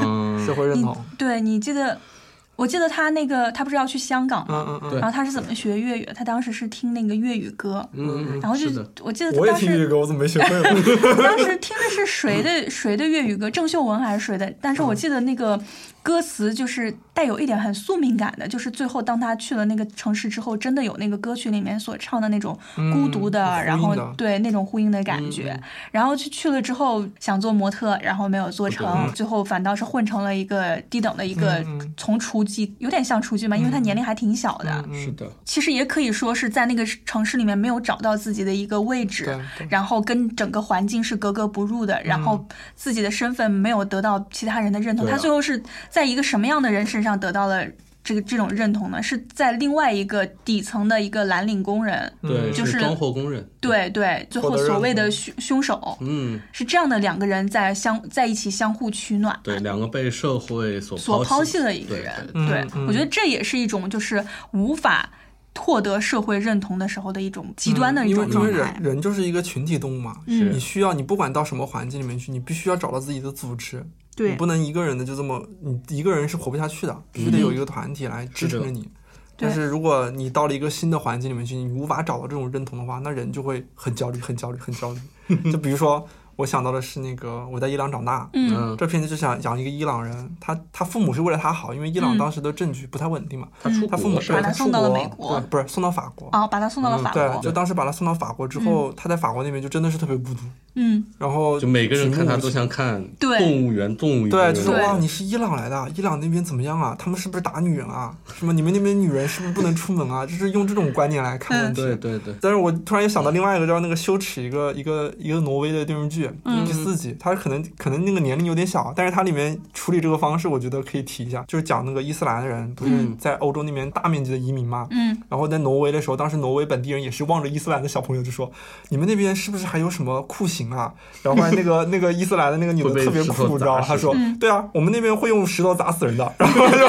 Speaker 3: 嗯
Speaker 1: 社会认同，
Speaker 2: 对你记得，我记得他那个他不是要去香港吗？
Speaker 1: 嗯嗯嗯，
Speaker 3: 对
Speaker 2: 然后他是怎么学粤语的？他当时是听那个粤语歌，
Speaker 3: 嗯，
Speaker 2: 然后就是
Speaker 3: 的，
Speaker 2: 我记得
Speaker 1: 我
Speaker 2: 他
Speaker 1: 也
Speaker 2: 当
Speaker 1: 听粤语
Speaker 2: 时
Speaker 1: 歌，我怎么没学会
Speaker 2: [LAUGHS]
Speaker 1: 呢？
Speaker 2: 当时听的是
Speaker 1: [LAUGHS]
Speaker 2: 谁的谁的粤语歌？郑秀文还是谁的？但是
Speaker 1: 嗯
Speaker 2: 我记得那个歌词就是带有一点很宿命感的，就是最后当他去了那个城市之后，真的有那个歌曲里面所唱的那种孤独的，
Speaker 1: 嗯
Speaker 2: 然
Speaker 1: 呼
Speaker 2: 后
Speaker 1: 应的嗯
Speaker 2: 对那种呼应的感觉。然后去去了之后想做模特，然后没有做成，最后反倒是混成了一个低等的一个
Speaker 1: 嗯嗯
Speaker 2: 从厨妓，有点像厨妓嘛，因为他年龄还挺小的。
Speaker 3: 是的，
Speaker 2: 其实也可以说是在那个城市里面没有找到自己的一个位置
Speaker 1: 对，对嗯
Speaker 2: 然后跟整个环境是格格不入的，然后自己的身份没有得到其他人的认同。
Speaker 3: 对啊
Speaker 2: 他最后是在一个什么样的人身上得到了这个这种认同呢？是在另外一个底层的一个蓝领工人，
Speaker 1: 嗯
Speaker 3: 对，
Speaker 2: 就是
Speaker 3: 装货工人，，
Speaker 2: 对对，最
Speaker 1: 获
Speaker 2: 后
Speaker 1: 得认
Speaker 2: 所谓的
Speaker 1: 同
Speaker 2: 凶凶手。
Speaker 3: 嗯，
Speaker 2: 是这样的，两个人在相在一起相互取暖，
Speaker 3: 对，两个被社会所
Speaker 2: 所抛
Speaker 3: 抛
Speaker 2: 弃的一个
Speaker 3: 对
Speaker 2: 人。
Speaker 3: 对
Speaker 2: 对
Speaker 1: 对嗯
Speaker 2: 我
Speaker 1: 嗯
Speaker 2: 觉得这也是一种就是无法获得社会认同的时候的一种极端的一
Speaker 1: 因为
Speaker 2: 种
Speaker 1: 因为
Speaker 2: 状
Speaker 1: 人
Speaker 2: 态。
Speaker 1: 人就是一个群体动物嘛，
Speaker 2: 嗯
Speaker 1: 你需要你不管到什么环境里面去，你必须要找到自己的组织，你
Speaker 2: 对
Speaker 1: 不能一个人的就这么，你一个人是活不下去的，必须得有一个团体来支撑着你。
Speaker 2: 对
Speaker 1: 但是如果你到了一个新的环境里面去，你无法找到这种认同的话，那人就会很焦虑，很焦虑，很焦
Speaker 3: [LAUGHS]
Speaker 1: 虑。就比如说，我想到的是那个我在伊朗长大，
Speaker 2: 嗯
Speaker 3: 嗯，
Speaker 1: 这片子就想养一个伊朗人，他他父母是为了他好，因为伊朗
Speaker 2: 嗯
Speaker 1: 当时的政局不太稳定嘛，
Speaker 3: 他出
Speaker 1: 嗯他父母
Speaker 3: 国
Speaker 1: 是
Speaker 2: 把
Speaker 1: 为
Speaker 2: 他
Speaker 1: 他
Speaker 2: 送
Speaker 1: 出
Speaker 2: 到了
Speaker 1: 国，
Speaker 2: 美国
Speaker 1: 对不是送到法国。
Speaker 2: 啊，把他送到了法
Speaker 1: 嗯对，就
Speaker 2: 国。
Speaker 1: 当时把他送到法国之后，他在法国那边就真的是特别孤独，
Speaker 2: 嗯，
Speaker 1: 然后
Speaker 3: 就每个人
Speaker 1: 屏幕
Speaker 3: 看他
Speaker 1: 无
Speaker 3: 都像看
Speaker 2: 对
Speaker 3: 动物园，动物园，
Speaker 1: 对，就说
Speaker 2: 对
Speaker 1: 哇，你是伊朗来的啊，伊朗那边怎么样啊？他们是不是打女人啊？什么你们那边女人是不是不能出门啊？就是用这种观念来看问题。
Speaker 3: 嗯对对
Speaker 2: [LAUGHS]
Speaker 3: 对，
Speaker 1: 但是我突然又想到另外一个叫那个羞耻，一个一个一个挪威的电视剧，第四集，它可能可能那个年龄有点小，但是它里面处理这个方式，我觉得可以提一下，就是讲那个伊斯兰人不是在欧洲那边大面积的移民嘛，
Speaker 2: 嗯，
Speaker 1: 然后在挪威的时候，当时挪威本地人也是望着伊斯兰的小朋友就说，你们那边是不是还有什么酷刑啊？然后后来那
Speaker 3: [LAUGHS]
Speaker 1: 个那个伊斯兰的那个女的
Speaker 3: 会被
Speaker 1: 特别
Speaker 3: 石头
Speaker 1: 酷，你知道吗？
Speaker 3: 砸
Speaker 1: 她说
Speaker 2: 嗯，
Speaker 1: 对啊，我们那边会用石头砸死人的，然后就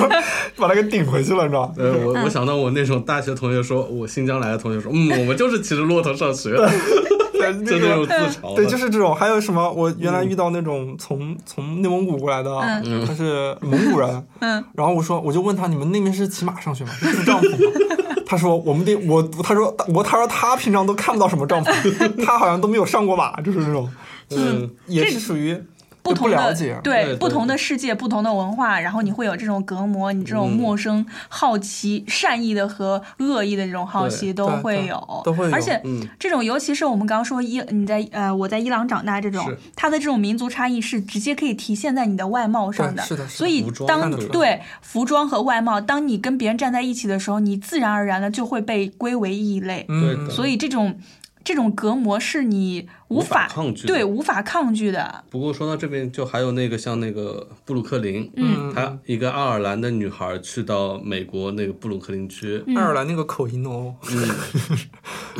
Speaker 1: 把他给顶回去了，你知道
Speaker 3: [LAUGHS]
Speaker 1: 吗？
Speaker 3: 呃，我我
Speaker 2: 嗯
Speaker 3: 想到我那种大学同学说，我新疆来的同学说，嗯，我们就是骑着骆驼上学，
Speaker 1: [LAUGHS] 对，
Speaker 3: 就
Speaker 1: 那个
Speaker 3: 哦那嗯种自嘲的，
Speaker 1: 对，就是这种。还有什么？我原来遇到那种从、从内蒙古过来的，啊
Speaker 2: 嗯
Speaker 1: 他是蒙古人，
Speaker 2: 嗯，
Speaker 1: [LAUGHS] 然后我说，我就问他，你们那边是骑马上学吗？是帐篷吗？ [LAUGHS] 他说我们得我，他说我，他说他平常都看不到什么帐篷， [LAUGHS] 他好像都没有上过马，就是这种，
Speaker 3: 嗯，
Speaker 1: 也是属于就
Speaker 2: 同
Speaker 1: 了
Speaker 2: 的
Speaker 1: 解，
Speaker 3: 对对
Speaker 2: 不同的世界，不同的文化，然后你会有这种隔膜，你
Speaker 1: 嗯
Speaker 2: 这种陌生、好奇、善意的和恶意的这种好奇
Speaker 3: 对
Speaker 2: 都
Speaker 1: 对
Speaker 2: 会
Speaker 1: 对
Speaker 2: 有，
Speaker 1: 都会有
Speaker 2: 而且
Speaker 3: 嗯
Speaker 2: 这种，尤其是我们刚刚说伊，你在呃，我在伊朗长大这种
Speaker 3: 是，
Speaker 2: 它的这种民族差异是直接可以体现在你的外貌上
Speaker 1: 对是的是的
Speaker 2: 所以
Speaker 3: 服装
Speaker 2: 当
Speaker 1: 看得出来
Speaker 2: 对服装和外貌，当你跟别人站在一起的时候，你自然而然的就会被归为异类。
Speaker 3: 对
Speaker 1: 嗯
Speaker 3: 的，
Speaker 2: 所以这种这种隔膜是你无
Speaker 3: 无
Speaker 2: 法
Speaker 3: 法抗拒的
Speaker 2: 对无法抗拒的。
Speaker 3: 不过说到这边，就还有那个像那个布鲁克林，嗯，她一个爱尔兰的女孩去到美国那个布鲁克林区，嗯
Speaker 1: 爱尔兰
Speaker 2: 嗯
Speaker 1: 那个口音哦， [LAUGHS]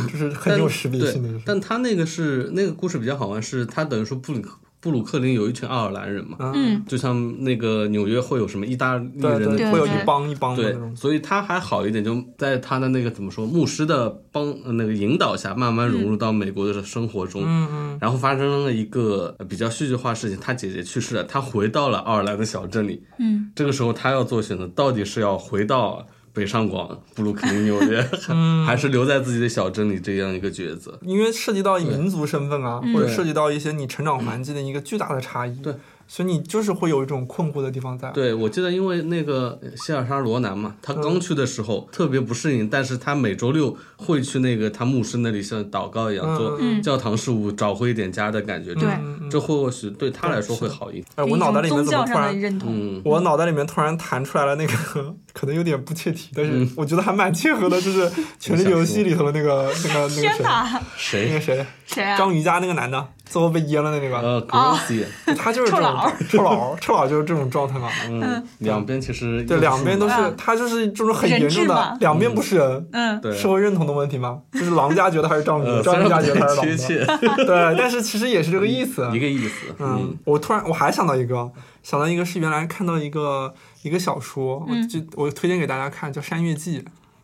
Speaker 1: 就是很
Speaker 3: 但
Speaker 1: 有识别性的
Speaker 3: 对
Speaker 1: 就是，
Speaker 3: 但她那个是那个故事比较好玩，是她等于说布鲁克布鲁克林有一群爱尔兰人嘛，
Speaker 2: 嗯，
Speaker 3: 就像那个纽约会有什么意大利
Speaker 1: 啊对
Speaker 3: 人的
Speaker 1: 对，
Speaker 2: 对
Speaker 1: 会有
Speaker 2: 对
Speaker 1: 一帮一帮的那
Speaker 3: 对
Speaker 1: 种，，
Speaker 3: 所以他还好一点，就在他的那个怎么说牧师的帮呃那个引导下，慢慢融入到美国的生活中。
Speaker 1: 嗯嗯，
Speaker 3: 然后发生了一个呃比较戏剧化的事情，他姐姐去世了，他回到了爱尔兰的小镇里。
Speaker 2: 嗯，
Speaker 3: 这个时候他要做选择，到底是要回到北上广、布鲁克林、纽约，
Speaker 1: 嗯
Speaker 3: [LAUGHS] 还是留在自己的小镇里这样一个抉择？
Speaker 1: 因为涉及到民族身份啊，
Speaker 2: 嗯
Speaker 1: 或者涉及到一些你成长环境的一个巨大的差异，
Speaker 3: 对，
Speaker 1: 所以你就是会有一种困惑的地方在。
Speaker 3: 对，我记得因为那个希尔莎罗南嘛，他刚
Speaker 1: 嗯
Speaker 3: 去的时候特别不适应，但是他每周六会去那个他牧师那里像祷告一样做
Speaker 2: 嗯
Speaker 3: 教堂事务，找回一点家的感觉。这
Speaker 2: 对
Speaker 1: 嗯，
Speaker 3: 这或许对他来说会好一点。
Speaker 1: 哎，我脑袋里面
Speaker 2: 宗
Speaker 1: 怎么
Speaker 2: 教
Speaker 1: 突
Speaker 2: 上的
Speaker 1: 然，
Speaker 2: 认同，
Speaker 3: 嗯，
Speaker 1: 我脑袋里面突然弹出来了那个， [LAUGHS] 可能有点不切题，但是
Speaker 3: 嗯
Speaker 1: 我觉得还蛮切合的，就是《
Speaker 3: [LAUGHS]
Speaker 1: 权力游戏》里头的那个那个那个
Speaker 2: 天
Speaker 1: 谁，
Speaker 2: 哪，
Speaker 1: 那
Speaker 3: 谁
Speaker 1: 个谁，
Speaker 2: 谁啊？嗯
Speaker 1: 章鱼家那个男的，最后被噎了那个。
Speaker 2: 哦
Speaker 3: 呃，grossy，
Speaker 2: [LAUGHS]
Speaker 1: 他就是这种
Speaker 2: 臭老儿
Speaker 1: [LAUGHS] 臭老儿臭老儿就是这种状态嘛。
Speaker 3: 嗯，两边其实
Speaker 1: 对，两边都是
Speaker 2: 嗯，
Speaker 1: 他就是这种很严重
Speaker 2: 人质嘛
Speaker 1: 的，两边不是人，
Speaker 2: 嗯，
Speaker 3: 嗯对，
Speaker 1: 社会认同的问题嘛，就是狼家觉得还是丈
Speaker 3: 呃，
Speaker 1: 夫，
Speaker 3: 虽
Speaker 1: 丈
Speaker 3: 然
Speaker 1: 夫家
Speaker 3: 不
Speaker 1: 觉得还
Speaker 3: 太
Speaker 1: 是
Speaker 3: 贴
Speaker 1: 老婆。 [LAUGHS]
Speaker 3: 切， [LAUGHS]
Speaker 1: 对，但是其实也是这个意思。
Speaker 3: 一个意思，
Speaker 1: 嗯，我突然我还想到一个，想到一个是原来看到一个一个小说，我就我推荐给大家看，叫《山月记》。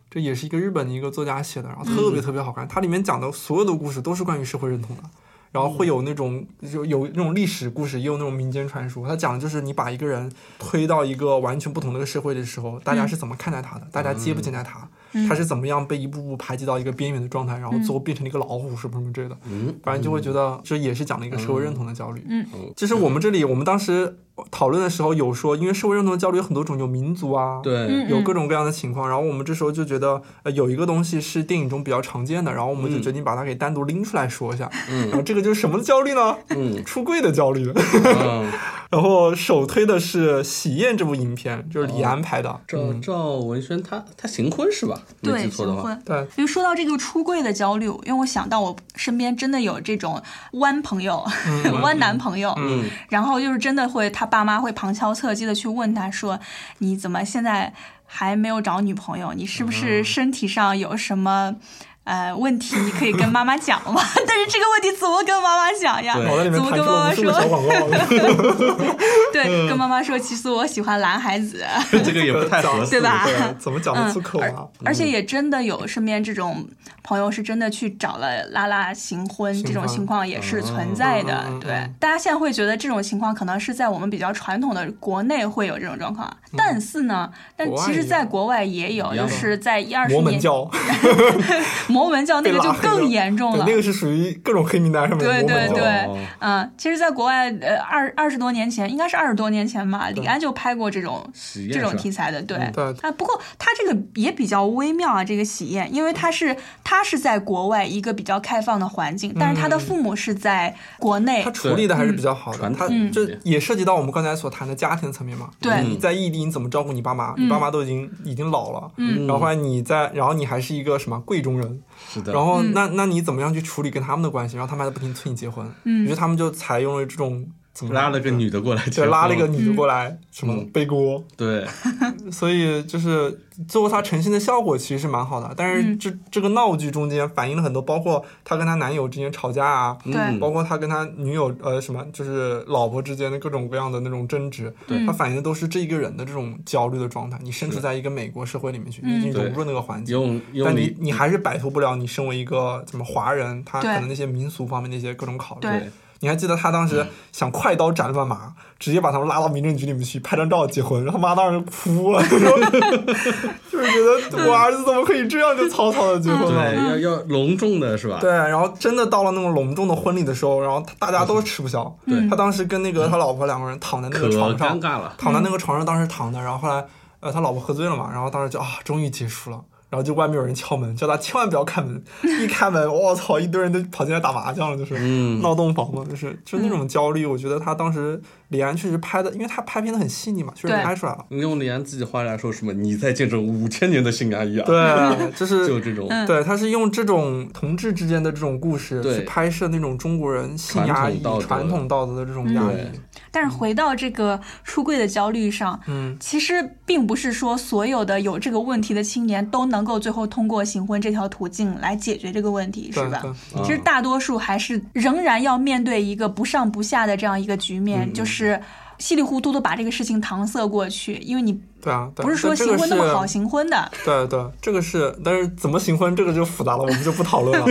Speaker 1: 这也是一个日本的一个作家写的，然后特别特别好看。它里面讲的所有的故事都是关于社会认同的，然后会有那种有有那种历史故事，也有那种民间传说。它讲的就是你把一个人推到一个完全不同的一个社会的时候，大家是怎么看待他的，大家接不接待他，他
Speaker 2: 嗯
Speaker 1: 是怎么样被一步步排挤到一个边缘的状态，然后最后变成了一个老虎什么什么之类的。
Speaker 3: 嗯，
Speaker 1: 反正就会觉得这也是讲了一个社会认同的焦虑。
Speaker 2: 嗯
Speaker 3: 嗯
Speaker 1: 就是我们这里我们当时讨论的时候有说，因为社会认同的焦虑有很多种，有民族啊，，
Speaker 3: 对，
Speaker 2: 嗯
Speaker 1: 有各种各样的情况。然后我们这时候就觉得，呃，有一个东西是电影中比较常见的，然后我们
Speaker 3: 嗯
Speaker 1: 就决定把它给单独拎出来说一下。然后这个就是什么的焦虑呢？
Speaker 3: 嗯，
Speaker 1: 出柜的焦虑。 [LAUGHS]
Speaker 3: 嗯，
Speaker 1: 然后首推的是《喜宴》这部影片，就是
Speaker 3: 哦
Speaker 1: 李安拍的。
Speaker 3: 赵赵文轩他他行婚是吧？没
Speaker 2: 对，
Speaker 3: 记错的
Speaker 2: 行
Speaker 3: 话，
Speaker 2: 婚。
Speaker 1: 对，
Speaker 2: 因为说到这个出柜的焦虑，因为我想到我身边真的有这种弯朋友、
Speaker 1: 嗯
Speaker 2: [LAUGHS] 弯男朋友，
Speaker 3: 嗯
Speaker 2: 然后就是真的会他爸妈会旁敲侧击的去问他说：“你怎么现在还没有找女朋友？你是
Speaker 1: 嗯
Speaker 2: 不是身体上有什么？”呃，问题你可以跟妈妈讲嘛， [LAUGHS] 但是这个问题怎么跟妈妈讲呀？
Speaker 3: 对
Speaker 1: 脑袋里面
Speaker 2: 怎么
Speaker 1: 弹
Speaker 2: 跟
Speaker 1: 出
Speaker 2: 妈
Speaker 1: 了
Speaker 2: 妈
Speaker 1: 无数个
Speaker 2: 说？
Speaker 1: 小广
Speaker 2: [LAUGHS]
Speaker 1: 嗯告。
Speaker 2: 对，跟妈妈说，其实我喜欢男孩子。
Speaker 3: [LAUGHS] 这个也不太合适，
Speaker 2: 对吧嗯
Speaker 1: 对怎么讲得出口啊？
Speaker 2: 而且也真的有身边这种朋友是真的去找了拉拉行婚，
Speaker 1: 行
Speaker 2: 这种
Speaker 1: 婚啊
Speaker 2: 情况也是存在的。
Speaker 1: 嗯嗯嗯嗯
Speaker 2: 对，大家现在会觉得这种情况可能是在我们比较传统的国内会有这种状况，啊但是呢，但
Speaker 1: 嗯国外
Speaker 2: 其实
Speaker 1: 也
Speaker 2: 在国外也有，
Speaker 3: 一
Speaker 2: 就
Speaker 3: 样
Speaker 2: 是在一二十
Speaker 1: 啊摩门
Speaker 2: 年
Speaker 1: 教，
Speaker 2: 摩门教那个
Speaker 1: 被
Speaker 2: 就
Speaker 1: 拉黑
Speaker 2: 更
Speaker 1: 了
Speaker 2: 严重
Speaker 1: 对，
Speaker 2: 了
Speaker 1: 那。个是属于各种黑名单上面
Speaker 2: 嗯
Speaker 1: 的
Speaker 2: 对
Speaker 1: 摩
Speaker 2: 对
Speaker 1: 门教。
Speaker 2: 对，
Speaker 3: 哦
Speaker 2: 嗯，其实，在国外，呃，二二十多年前，应该是二十多年前吧，李安就拍过这种
Speaker 3: 喜宴
Speaker 2: 这种
Speaker 3: 是吧
Speaker 2: 题材的，对，
Speaker 1: 嗯对
Speaker 2: 啊，不过它这个也比较微妙啊，这个喜宴，因为它是它是在国外一个比较开放的环境，但是他的父母是在国内
Speaker 1: 嗯他，处理的还是比较好的，
Speaker 3: 传
Speaker 1: 他
Speaker 3: 统
Speaker 1: 这
Speaker 3: 一点
Speaker 1: 也涉及到我们刚才所谈的家庭层面嘛。
Speaker 2: 嗯对
Speaker 1: 你在异地你怎么照顾你爸妈？你爸妈都已经已经老了，
Speaker 2: 嗯
Speaker 1: 然后后来你在，然后你还是一个什么贵中人，
Speaker 3: 是的，
Speaker 1: 然后
Speaker 2: 嗯
Speaker 1: 那那你怎么样去处理跟他们的关系？然后他们还在不停催你结婚，
Speaker 2: 嗯
Speaker 1: 于是他们就采用了这种怎么
Speaker 3: 拉了个女的过来，
Speaker 1: 嗯对拉了一个
Speaker 3: 结婚
Speaker 1: 女的过来，什么
Speaker 3: 嗯
Speaker 1: 背锅， [LAUGHS]
Speaker 3: 对，
Speaker 1: 所以就是最后她呈现的效果其实是蛮好的，但是
Speaker 2: 嗯
Speaker 1: 这、这个闹剧中间反映了很多，包括她跟她男友之间吵架啊，
Speaker 2: 对
Speaker 3: 嗯
Speaker 1: 包括她跟她女友呃什么，就是老婆之间的各种各样的那种争执，
Speaker 3: 对
Speaker 1: 它反映的都是这一个人的这种焦虑的状态。你身处在一个美国社会里面去，
Speaker 2: 嗯
Speaker 1: 你已经
Speaker 3: 对
Speaker 1: 融入那个环境。
Speaker 3: 用
Speaker 1: 但
Speaker 3: 用
Speaker 1: 你你还是摆脱不了你身为一个怎么华人，他可
Speaker 2: 对
Speaker 1: 能那些民俗方面的一些各种考虑。
Speaker 2: 对
Speaker 3: 对
Speaker 1: 你还记得他当
Speaker 3: 嗯
Speaker 1: 时想快刀斩乱麻，直接把他们拉到民政局里面去拍张照结婚，然后他妈当时哭了， [LAUGHS] 就是觉得我儿子怎么可以这样就草草的结婚
Speaker 3: 对
Speaker 1: 了？
Speaker 3: 要要隆重的是吧？
Speaker 1: 对，然后真的到了那种隆重的婚礼的时候，然后他大家都吃不消。
Speaker 3: 嗯对
Speaker 1: 他当时跟那个他老婆两个人躺在那
Speaker 3: 可
Speaker 1: 个床上
Speaker 3: 尴，尬了，
Speaker 1: 躺在
Speaker 2: 嗯
Speaker 1: 那个床上，当时躺着，然后后来呃他老婆喝醉了嘛，然后当时就啊终于结束了。然后就外面有人敲门，叫他千万不要开门。一开门，我操，一堆人都跑进来打麻将了，就是。
Speaker 3: 嗯，
Speaker 1: 闹洞房嘛，就是就是那
Speaker 2: 嗯
Speaker 1: 种焦虑。我觉得他当时李安确实拍的，因为他拍片的很细腻嘛，确实
Speaker 2: 对
Speaker 1: 拍出
Speaker 3: [LAUGHS]
Speaker 1: 来了。
Speaker 3: 用李安自己话来说什么？你在见证五千年的性爱一样，
Speaker 1: 对，就是
Speaker 3: 啊就这种
Speaker 2: 嗯
Speaker 1: 对，他是用这种同志之间的这种故事
Speaker 3: 对
Speaker 1: 去拍摄那种中国人性压抑、
Speaker 3: 传统道德
Speaker 1: 传统道德的这
Speaker 2: 嗯
Speaker 1: 种压抑
Speaker 3: 对。
Speaker 2: 但是回到这个出柜的焦虑上，
Speaker 1: 嗯，
Speaker 2: 其实并不是说所有的有这个问题的青年都能够最后通过行婚这条途径来解决这个问题，是
Speaker 1: 对
Speaker 2: 吧？
Speaker 1: 对，
Speaker 3: 嗯
Speaker 2: 其实大多数还是仍然要面对一个不上不下的这样一个局
Speaker 3: 嗯
Speaker 2: 面，就是稀里糊涂的把这个事情搪塞过去，因为你
Speaker 1: 对啊，对
Speaker 2: 不是说
Speaker 1: 但这
Speaker 2: 行
Speaker 1: 个
Speaker 2: 婚那么好
Speaker 1: 是
Speaker 2: 行婚的，
Speaker 1: [LAUGHS] 对啊对，这个是，但是怎么行婚这个就复杂了，我们就不讨
Speaker 2: [LAUGHS]
Speaker 1: 论了。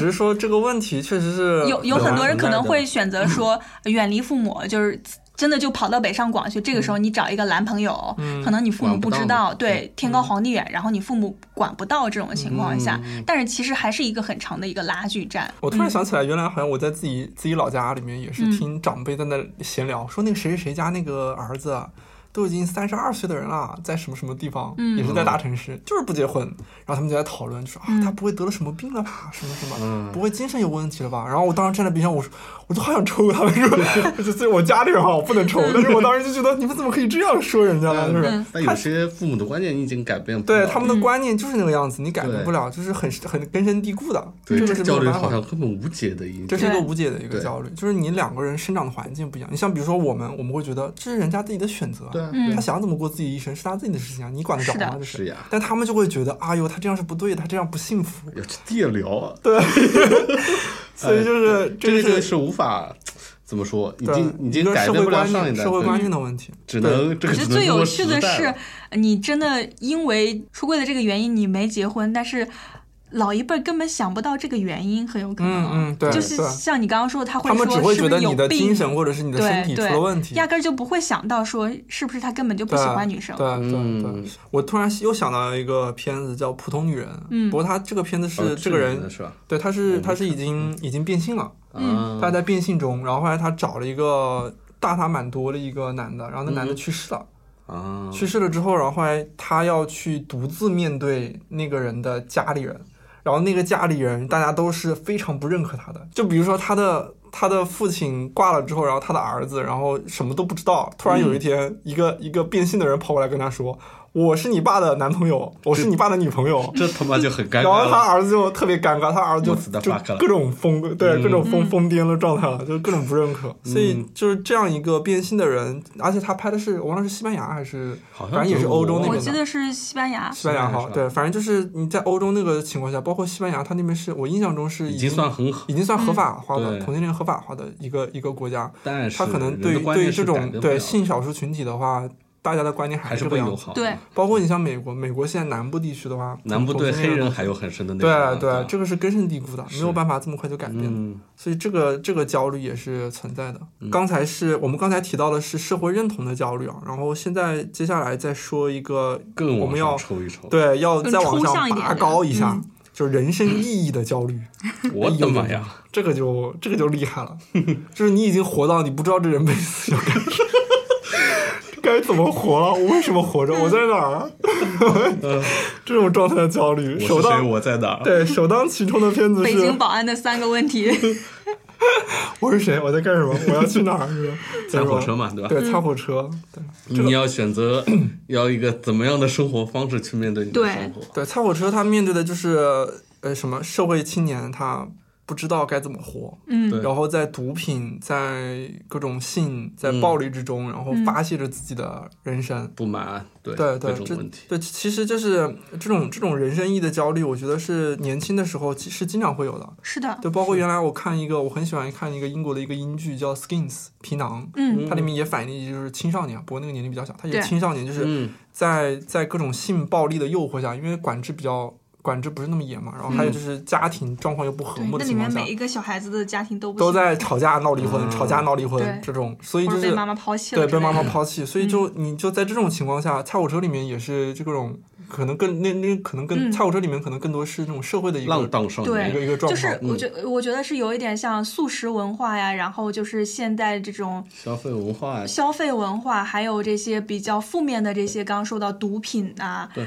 Speaker 1: 只是说这个问题确实是
Speaker 2: 嗯有有
Speaker 1: 呃很难
Speaker 2: 很
Speaker 1: 嗯
Speaker 2: 多人可能
Speaker 3: 的
Speaker 2: 会选择说远离父母，就是。真的就跑到北上广去，这个时
Speaker 1: 嗯
Speaker 2: 候你找一个男朋友，可能你父母
Speaker 3: 管不
Speaker 2: 知
Speaker 3: 到
Speaker 2: 道，
Speaker 3: 嘛
Speaker 2: 对，天
Speaker 1: 嗯
Speaker 2: 高皇帝远，然后你父母管不到这种情况下，但是其实还是一个很长的一个拉锯战。
Speaker 1: 我突然想起来，原来好像我在自己自己老家里面也是听长辈在那闲聊，说那个谁谁谁家那个儿子啊都已经三十二岁的人了，在什么什么地方，也是在大城市，就是不结婚。然后他们就在讨
Speaker 3: 嗯
Speaker 1: 论，就说啊，他不会得了什么病了吧，什么什么，不会精神有问题了吧？然后我当时站在边上，我说我我就好想抽他们说， [LAUGHS] 就是我家里人哈，我不能抽，但是我当时就觉得你们怎么可以这样说人家呢？就是
Speaker 3: 嗯但有嗯些父母的观念你已经改变不了
Speaker 1: 对他们的观念就是那个样子，你改变不了，就是很很根深蒂固的，
Speaker 3: 对
Speaker 1: 这个
Speaker 3: 这个
Speaker 1: 是
Speaker 3: 焦
Speaker 1: 没
Speaker 3: 虑
Speaker 1: 有办
Speaker 3: 好
Speaker 1: 法
Speaker 3: 像根本无解的一
Speaker 1: 这
Speaker 3: 个，
Speaker 1: 是一个
Speaker 2: 对
Speaker 1: 无解的一个
Speaker 3: 对
Speaker 1: 焦虑，就是你两个人生长的环境不一样。你像比如说我们，我们会觉得这是人家自己的选择啊，
Speaker 3: 对啊，
Speaker 2: 嗯
Speaker 1: 他想怎么过自己一生是他自己的事情啊，你管得着
Speaker 2: 是的
Speaker 1: 吗？这
Speaker 3: 是呀
Speaker 1: 但他们就会觉得，哎呦，他这样是不对的，他这样不幸福，
Speaker 3: 要去地聊啊，
Speaker 1: [LAUGHS] 所以就是、
Speaker 3: 哎这个
Speaker 1: 个
Speaker 3: 就是是无法怎么说，已
Speaker 1: 对
Speaker 3: 经已经
Speaker 1: 一个
Speaker 3: 改
Speaker 1: 社
Speaker 3: 变
Speaker 1: 会
Speaker 3: 不了
Speaker 1: 观
Speaker 3: 上一
Speaker 1: 念、
Speaker 3: 代，
Speaker 1: 社会观
Speaker 3: 对
Speaker 1: 念的问题，
Speaker 3: 只
Speaker 1: 对
Speaker 3: 能这
Speaker 2: 我觉得
Speaker 3: 个只能
Speaker 2: 最
Speaker 3: 通
Speaker 2: 有
Speaker 3: 过
Speaker 2: 趣
Speaker 3: 时
Speaker 2: 的
Speaker 3: 代
Speaker 2: 是
Speaker 3: 了，
Speaker 2: 你真的因为出柜的这个原因你没结婚，但是老一辈儿根本想不到这个原因，很有可
Speaker 1: 嗯
Speaker 2: 能啊。
Speaker 1: 嗯，对，
Speaker 2: 就是
Speaker 1: 对
Speaker 2: 像你刚刚说的，他会
Speaker 1: 他们只
Speaker 2: 说
Speaker 1: 会
Speaker 2: 是
Speaker 1: 觉
Speaker 2: 不
Speaker 1: 得
Speaker 2: 是
Speaker 1: 你
Speaker 2: 有
Speaker 1: 的精
Speaker 2: 病，
Speaker 1: 神或者是你的身体
Speaker 2: 对
Speaker 1: 出了
Speaker 2: 对
Speaker 1: 问题，
Speaker 2: 压根儿就不会想到说是不是他根本就不喜欢女生。
Speaker 1: 对对对
Speaker 3: 嗯，
Speaker 1: 我突然又想到一个片子叫《普通女人》，
Speaker 2: 嗯
Speaker 1: 不过他这个片子是
Speaker 3: 哦
Speaker 1: 这个
Speaker 3: 女
Speaker 1: 人
Speaker 3: 的，是吧？啊
Speaker 1: 对，他是他是已经已经变性了，
Speaker 2: 嗯
Speaker 1: 他在变性中，然后后来他找了一个大他蛮多的一个男的，然后那男的
Speaker 3: 嗯
Speaker 1: 去世了，
Speaker 3: 啊啊，
Speaker 1: 去世了之后，然后后来他要去独自面对那个人的家里人，然后那个家里人大家都是非常不认可他的，就比如说他的。他的父亲挂了之后，然后他的儿子，然后什么都不知道。突然有一天，一个一个变性的人跑过来跟他说：“我是你爸的男朋友，我是你爸的女朋友。”
Speaker 3: 这他妈就很尴
Speaker 1: 然后他
Speaker 3: 尬了。
Speaker 1: 儿子就特别尴尬，他儿子就
Speaker 3: 我死的
Speaker 1: 就
Speaker 3: fuck 了
Speaker 1: 各种疯，对
Speaker 3: 嗯
Speaker 1: 各种疯疯癫的状态了，就是各种不认可。所以就是这样一个变性的人，而且他拍的是我忘了是西班牙还是，
Speaker 3: 好像
Speaker 1: 反正也是欧洲那
Speaker 2: 我
Speaker 1: 边
Speaker 2: 记
Speaker 1: 的。
Speaker 2: 得是西班牙，
Speaker 1: 西班牙
Speaker 3: 是
Speaker 1: 好，
Speaker 3: 吧
Speaker 1: 对，反正就是你在欧洲那个情况下，包括西班牙，他那边是我印象中是
Speaker 3: 已经算很好，
Speaker 1: 已经算
Speaker 2: 嗯
Speaker 1: 合法化的、
Speaker 3: 对
Speaker 1: 同性恋合法化的一个一个国家，
Speaker 3: 但是
Speaker 1: 他可能
Speaker 3: 人的
Speaker 1: 对
Speaker 3: 观
Speaker 1: 对
Speaker 3: 念是
Speaker 1: 这
Speaker 3: 改
Speaker 1: 种
Speaker 3: 变不
Speaker 1: 对
Speaker 3: 了
Speaker 1: 性少数群体的话，大家的观念
Speaker 3: 还
Speaker 1: 是
Speaker 3: 是
Speaker 1: 这个
Speaker 3: 会
Speaker 1: 样
Speaker 3: 友
Speaker 1: 子。
Speaker 3: 好。
Speaker 2: 对，
Speaker 1: 包括你像美国，美国现在南部地区的话，
Speaker 3: 南部对
Speaker 1: 同性
Speaker 3: 黑
Speaker 1: 恋的
Speaker 3: 人还有很深的那
Speaker 1: 对啊
Speaker 3: 种。
Speaker 1: 对，这个是根深蒂固的，没有办法这么快就改变的，
Speaker 3: 嗯
Speaker 1: 所以这个这个焦虑也是存在的。刚才是我们刚才提到的是社会认同的焦虑啊，然后现在接下来再说一个
Speaker 3: 更
Speaker 1: 我
Speaker 3: 往
Speaker 1: 们
Speaker 3: 上
Speaker 1: 要
Speaker 3: 抽一抽。
Speaker 1: 对要再往
Speaker 2: 更抽象
Speaker 1: 上
Speaker 2: 一点
Speaker 1: 拔
Speaker 2: 的
Speaker 1: 高一下
Speaker 2: 嗯，
Speaker 1: 就是人生意义的焦
Speaker 2: [LAUGHS]
Speaker 1: 虑，
Speaker 3: 我的妈呀！
Speaker 1: 这个就这个就厉害了，就是你已经活到你不知道这人辈子要干什么。
Speaker 3: [LAUGHS]
Speaker 1: 该怎么活了？我为什么活着？我在哪儿？啊 [LAUGHS] 这种状态的焦虑，
Speaker 3: 嗯我
Speaker 1: 首
Speaker 3: 是谁？
Speaker 1: 当
Speaker 3: 我在哪 [LAUGHS] 儿？
Speaker 1: 对首当其冲的片子
Speaker 2: 北
Speaker 1: 是
Speaker 2: 京保安的三个问
Speaker 1: [LAUGHS]
Speaker 2: 题。
Speaker 1: 我是谁？我在干什
Speaker 2: [LAUGHS]
Speaker 1: 么？我要去哪儿？是
Speaker 3: [LAUGHS]
Speaker 1: 吧？
Speaker 3: 坐火车嘛，对吧？
Speaker 1: 对，
Speaker 2: 嗯
Speaker 1: 擦火车，对
Speaker 3: 你要选择 [CLEARS THROAT] 要一个怎么样的生活方式去面对你的
Speaker 2: 对
Speaker 3: 生活？
Speaker 1: 对，擦火车他面对的就是呃什么社会青年，他不知道该怎么活，
Speaker 2: 嗯
Speaker 3: 对
Speaker 1: 然后在毒品、在各种性、在
Speaker 3: 嗯
Speaker 1: 暴力之中，然后发泄着自己的人生。
Speaker 3: 不满，啊对
Speaker 1: 对
Speaker 3: 各
Speaker 1: 对，
Speaker 3: 种
Speaker 1: 这
Speaker 3: 问题。
Speaker 1: 对，其实就是这种这种人生意义的焦虑，我觉得是年轻的时候其是经常会有的。
Speaker 2: 是的，
Speaker 1: 对，包括原来我看一个，我很喜欢看一个英国的一个英剧叫《Skins》皮囊，
Speaker 2: 嗯
Speaker 1: 它里面也反映就是青少年，不过那个年龄比较小，它也
Speaker 2: 对
Speaker 1: 青少年就是
Speaker 3: 嗯，
Speaker 1: 在在各种性暴力的诱惑下，因为管制比较管制不是那么严嘛，然后
Speaker 3: 嗯
Speaker 1: 还有就是家庭状况又不和
Speaker 2: 对，
Speaker 1: 睦的
Speaker 2: 那里
Speaker 1: 情况
Speaker 2: 面
Speaker 1: 下
Speaker 2: 每，一个小孩子的家庭都不
Speaker 1: 都
Speaker 2: 行
Speaker 1: 在吵架闹离婚，
Speaker 3: 嗯
Speaker 1: 吵架闹离婚
Speaker 2: 对
Speaker 1: 这种，所以
Speaker 2: 或
Speaker 1: 就
Speaker 2: 者被
Speaker 1: 是
Speaker 2: 妈妈抛弃了
Speaker 1: 对
Speaker 2: 之类的，嗯
Speaker 1: 被妈妈抛弃，所以就你就在这种情况下，菜火车里面也是这种可能更那那可能更
Speaker 2: 嗯
Speaker 1: 菜火车里面可能更多是那种社会的一
Speaker 3: 浪
Speaker 1: 个
Speaker 3: 荡少
Speaker 2: 对
Speaker 1: 一个
Speaker 3: 年，
Speaker 1: 一个状
Speaker 2: 就
Speaker 1: 况
Speaker 2: 是。我觉我觉得是有一点像素食文化呀，然后就是现在这种
Speaker 3: 消费文化，
Speaker 2: 消费文化，还有这些比较负面的这些，刚刚说到毒品啊，
Speaker 1: 嗯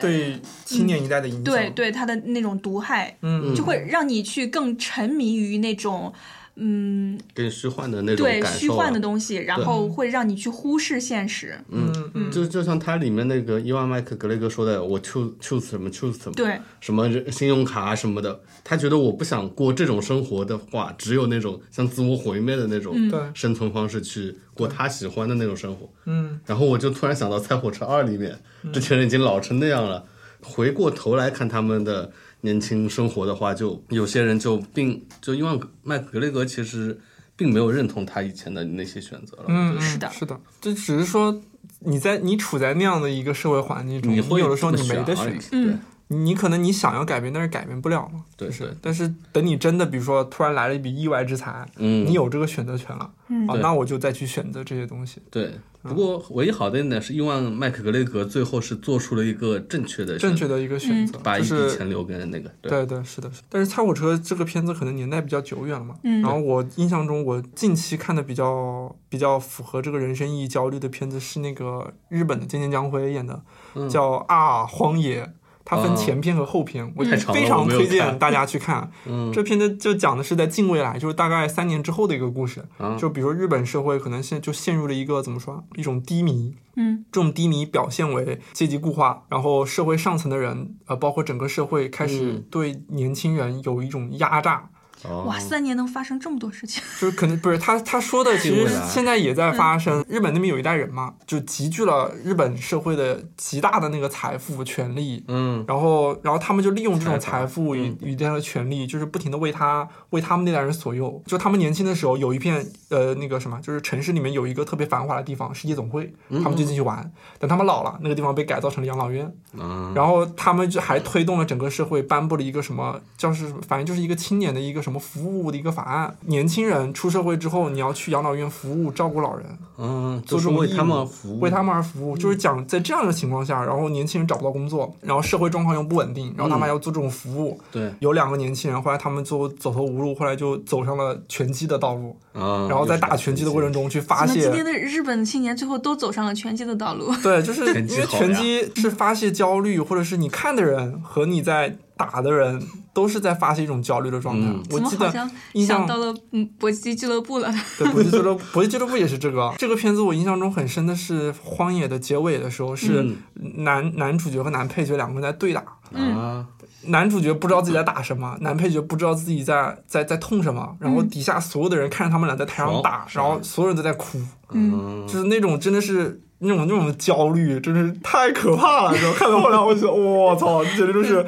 Speaker 1: 对青年一代的影响，
Speaker 2: 嗯对对它的那种毒害，
Speaker 1: 嗯，
Speaker 2: 就会让你去更沉迷于那种嗯
Speaker 3: 更虚幻的那种
Speaker 2: 对
Speaker 3: 感受。啊嗯
Speaker 2: 虚幻的东西，然后会让你去忽视现实，
Speaker 1: 嗯嗯，
Speaker 3: 就就像它里面那个伊万麦克格雷格说的，我 choose choose 什么 choose 什么，
Speaker 2: 对，
Speaker 3: 什么人信用卡啊什么的，他觉得我不想过这种生活的话，只有那种像自我毁灭的那种
Speaker 1: 对
Speaker 3: 生存方式去过他喜欢的那种生活。
Speaker 1: 嗯，
Speaker 3: 然后我就突然想到《菜火车二》里面，这群人已经老成那样了，回过头来看他们的年轻生活的话，就有些人就并就因为麦克格雷格其实并没有认同他以前的那些选择了。
Speaker 1: 嗯，嗯
Speaker 2: 是的
Speaker 1: 是的，这只是说你在你处在那样的一个社会环境中，
Speaker 3: 你
Speaker 1: 你
Speaker 3: 会
Speaker 1: 有的时候
Speaker 3: 这
Speaker 1: 你
Speaker 3: 么啊
Speaker 1: 没得
Speaker 3: 而
Speaker 1: 选
Speaker 3: 已，
Speaker 2: 嗯
Speaker 1: 你可能你想要改变，但是改变不了嘛。
Speaker 3: 对
Speaker 1: 就是
Speaker 3: 对，
Speaker 1: 但是等你真的，比如说突然来了一笔意外之财，
Speaker 3: 嗯
Speaker 1: 你有这个选择权了，
Speaker 2: 嗯
Speaker 1: 啊，
Speaker 3: 对
Speaker 1: 那我就再去选择这些东西，
Speaker 3: 对。不过唯一好的一点是，伊万麦克格雷格最后是做出了一个正确的选
Speaker 1: 正
Speaker 3: 择
Speaker 1: 确的一个选
Speaker 2: 嗯
Speaker 1: 择，
Speaker 3: 把一
Speaker 1: 就
Speaker 3: 笔
Speaker 1: 是。
Speaker 3: 钱留给那个，对，
Speaker 1: 对对是的，是的但是《菜火车》这个片子可能年代比较久远了嘛，
Speaker 2: 嗯
Speaker 1: 然后我印象中我近期看的比较比较符合这个人生意
Speaker 3: 嗯
Speaker 1: 义焦虑的片子是那个日本的菅田将晖演的，叫《啊荒野》，它分前篇和后篇，我
Speaker 3: 太长了
Speaker 1: 非常
Speaker 3: 我没有
Speaker 1: 推荐
Speaker 3: 看嗯
Speaker 1: 大家去
Speaker 3: [LAUGHS]
Speaker 1: 看。这篇的就讲的是在近未来，就是大概三年之后的一个故事。
Speaker 3: 啊
Speaker 1: 就比如说日本社会可能现就陷入了一个怎么说啊一种低迷，
Speaker 2: 嗯，
Speaker 1: 这种低迷表现为阶级固化，然后社会上层的人，呃，包括整个社会开始
Speaker 3: 嗯
Speaker 1: 对年轻人有一种压榨，
Speaker 3: 哦
Speaker 2: 哇，三年能发生这么多事情，
Speaker 1: 就是可能不是他他说的，其
Speaker 3: 近
Speaker 1: 实
Speaker 3: 未来
Speaker 1: 现在也在发生。日本那边有一代人嘛，就集聚了日本社会的极大的那个财富、权力，
Speaker 3: 嗯，
Speaker 1: 然后然后他们就利用这种
Speaker 3: 财嗯
Speaker 1: 财富与与这样的权利，就是不停的为他为他们那代人所用。就他们年轻的时候，有一片呃那个什么，就是城市里面有一个特别繁华的地方是夜总会，他们就进去玩。等他们老了，那个地方被改造成了养老院。
Speaker 3: 嗯，
Speaker 1: 然后他们就还推动了整个社会，颁布了一个什么，叫是反正就是一个青年的一个什么服务的一个法案。年轻人出社会之后，你要去养老院服务照顾老人，
Speaker 3: 嗯，
Speaker 1: 做
Speaker 3: 就
Speaker 1: 这
Speaker 3: 是
Speaker 1: 种
Speaker 3: 为
Speaker 1: 义
Speaker 3: 他
Speaker 1: 务
Speaker 3: 们服务，
Speaker 1: 为他们而服务，就是讲在这样的情况下，然后年轻人找不到工作，然后社会状况又不稳定，然后他们还要做这种服务。
Speaker 3: 嗯对，
Speaker 1: 有两个年轻人，后来他们就走投无路，后来就走上了拳击的道路，
Speaker 3: 嗯，
Speaker 1: 然后在
Speaker 3: 又是
Speaker 1: 打拳击的过程中去发
Speaker 2: [LAUGHS] 怎么今
Speaker 1: 泄。
Speaker 2: 天的日本青年最后都走上了拳击的道路？
Speaker 1: 对，就是
Speaker 3: 拳击
Speaker 1: 因为
Speaker 3: 好
Speaker 1: 拳
Speaker 3: 呀
Speaker 1: 击是发泄焦虑，或者是你看的人和你在打的人都是在发泄一种焦虑的状态
Speaker 3: 嗯。
Speaker 1: 我
Speaker 2: [LAUGHS] 怎么
Speaker 1: 记
Speaker 2: 好
Speaker 1: 得
Speaker 2: 像
Speaker 1: 印象
Speaker 2: 想到了嗯搏击俱乐部了？
Speaker 1: [LAUGHS] 对，搏击俱乐部，搏击俱乐部也是这个。啊这个片子我印象中很深的是《荒野》的结尾的时候，是
Speaker 3: 嗯
Speaker 1: 男、男主角和男配角两个人在对打，
Speaker 3: 啊，
Speaker 1: 男主角不知道自己在打什么，男配角不知道自己在在在痛什么，然后底下所有的人看着他们俩在台上
Speaker 3: 爽
Speaker 1: 打，然
Speaker 3: 爽
Speaker 1: 后所有人都在哭，
Speaker 2: [LAUGHS]
Speaker 3: 嗯，
Speaker 1: 就是那种真的是。那种那种焦虑真是太可怕了，你知道？看到后来我就觉得，我操，简直就是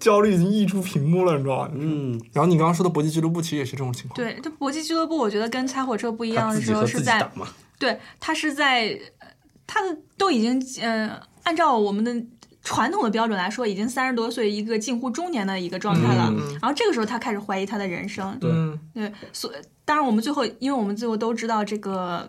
Speaker 1: 焦虑已经溢出屏幕了，你知道吗？
Speaker 3: 嗯，
Speaker 1: 然后你刚刚说的搏击俱乐部其实也是这种情况，
Speaker 2: 对，这搏击俱乐部我觉得跟擦火车不一样
Speaker 3: 他
Speaker 2: 的
Speaker 3: 自己
Speaker 2: 时
Speaker 3: 和
Speaker 2: 候
Speaker 3: 自
Speaker 2: 是
Speaker 3: 己
Speaker 2: 在
Speaker 3: 打嘛，
Speaker 2: 对，它是在呃它的都已经呃，按照我们的传统的标准来说，已经三十多岁一个近乎中年的一个状态了。
Speaker 1: 嗯
Speaker 2: 然后这个时候他开始怀疑他的人生。
Speaker 3: 对
Speaker 1: 嗯，
Speaker 2: 对，所当然我们最后，因为我们最后都知道这个。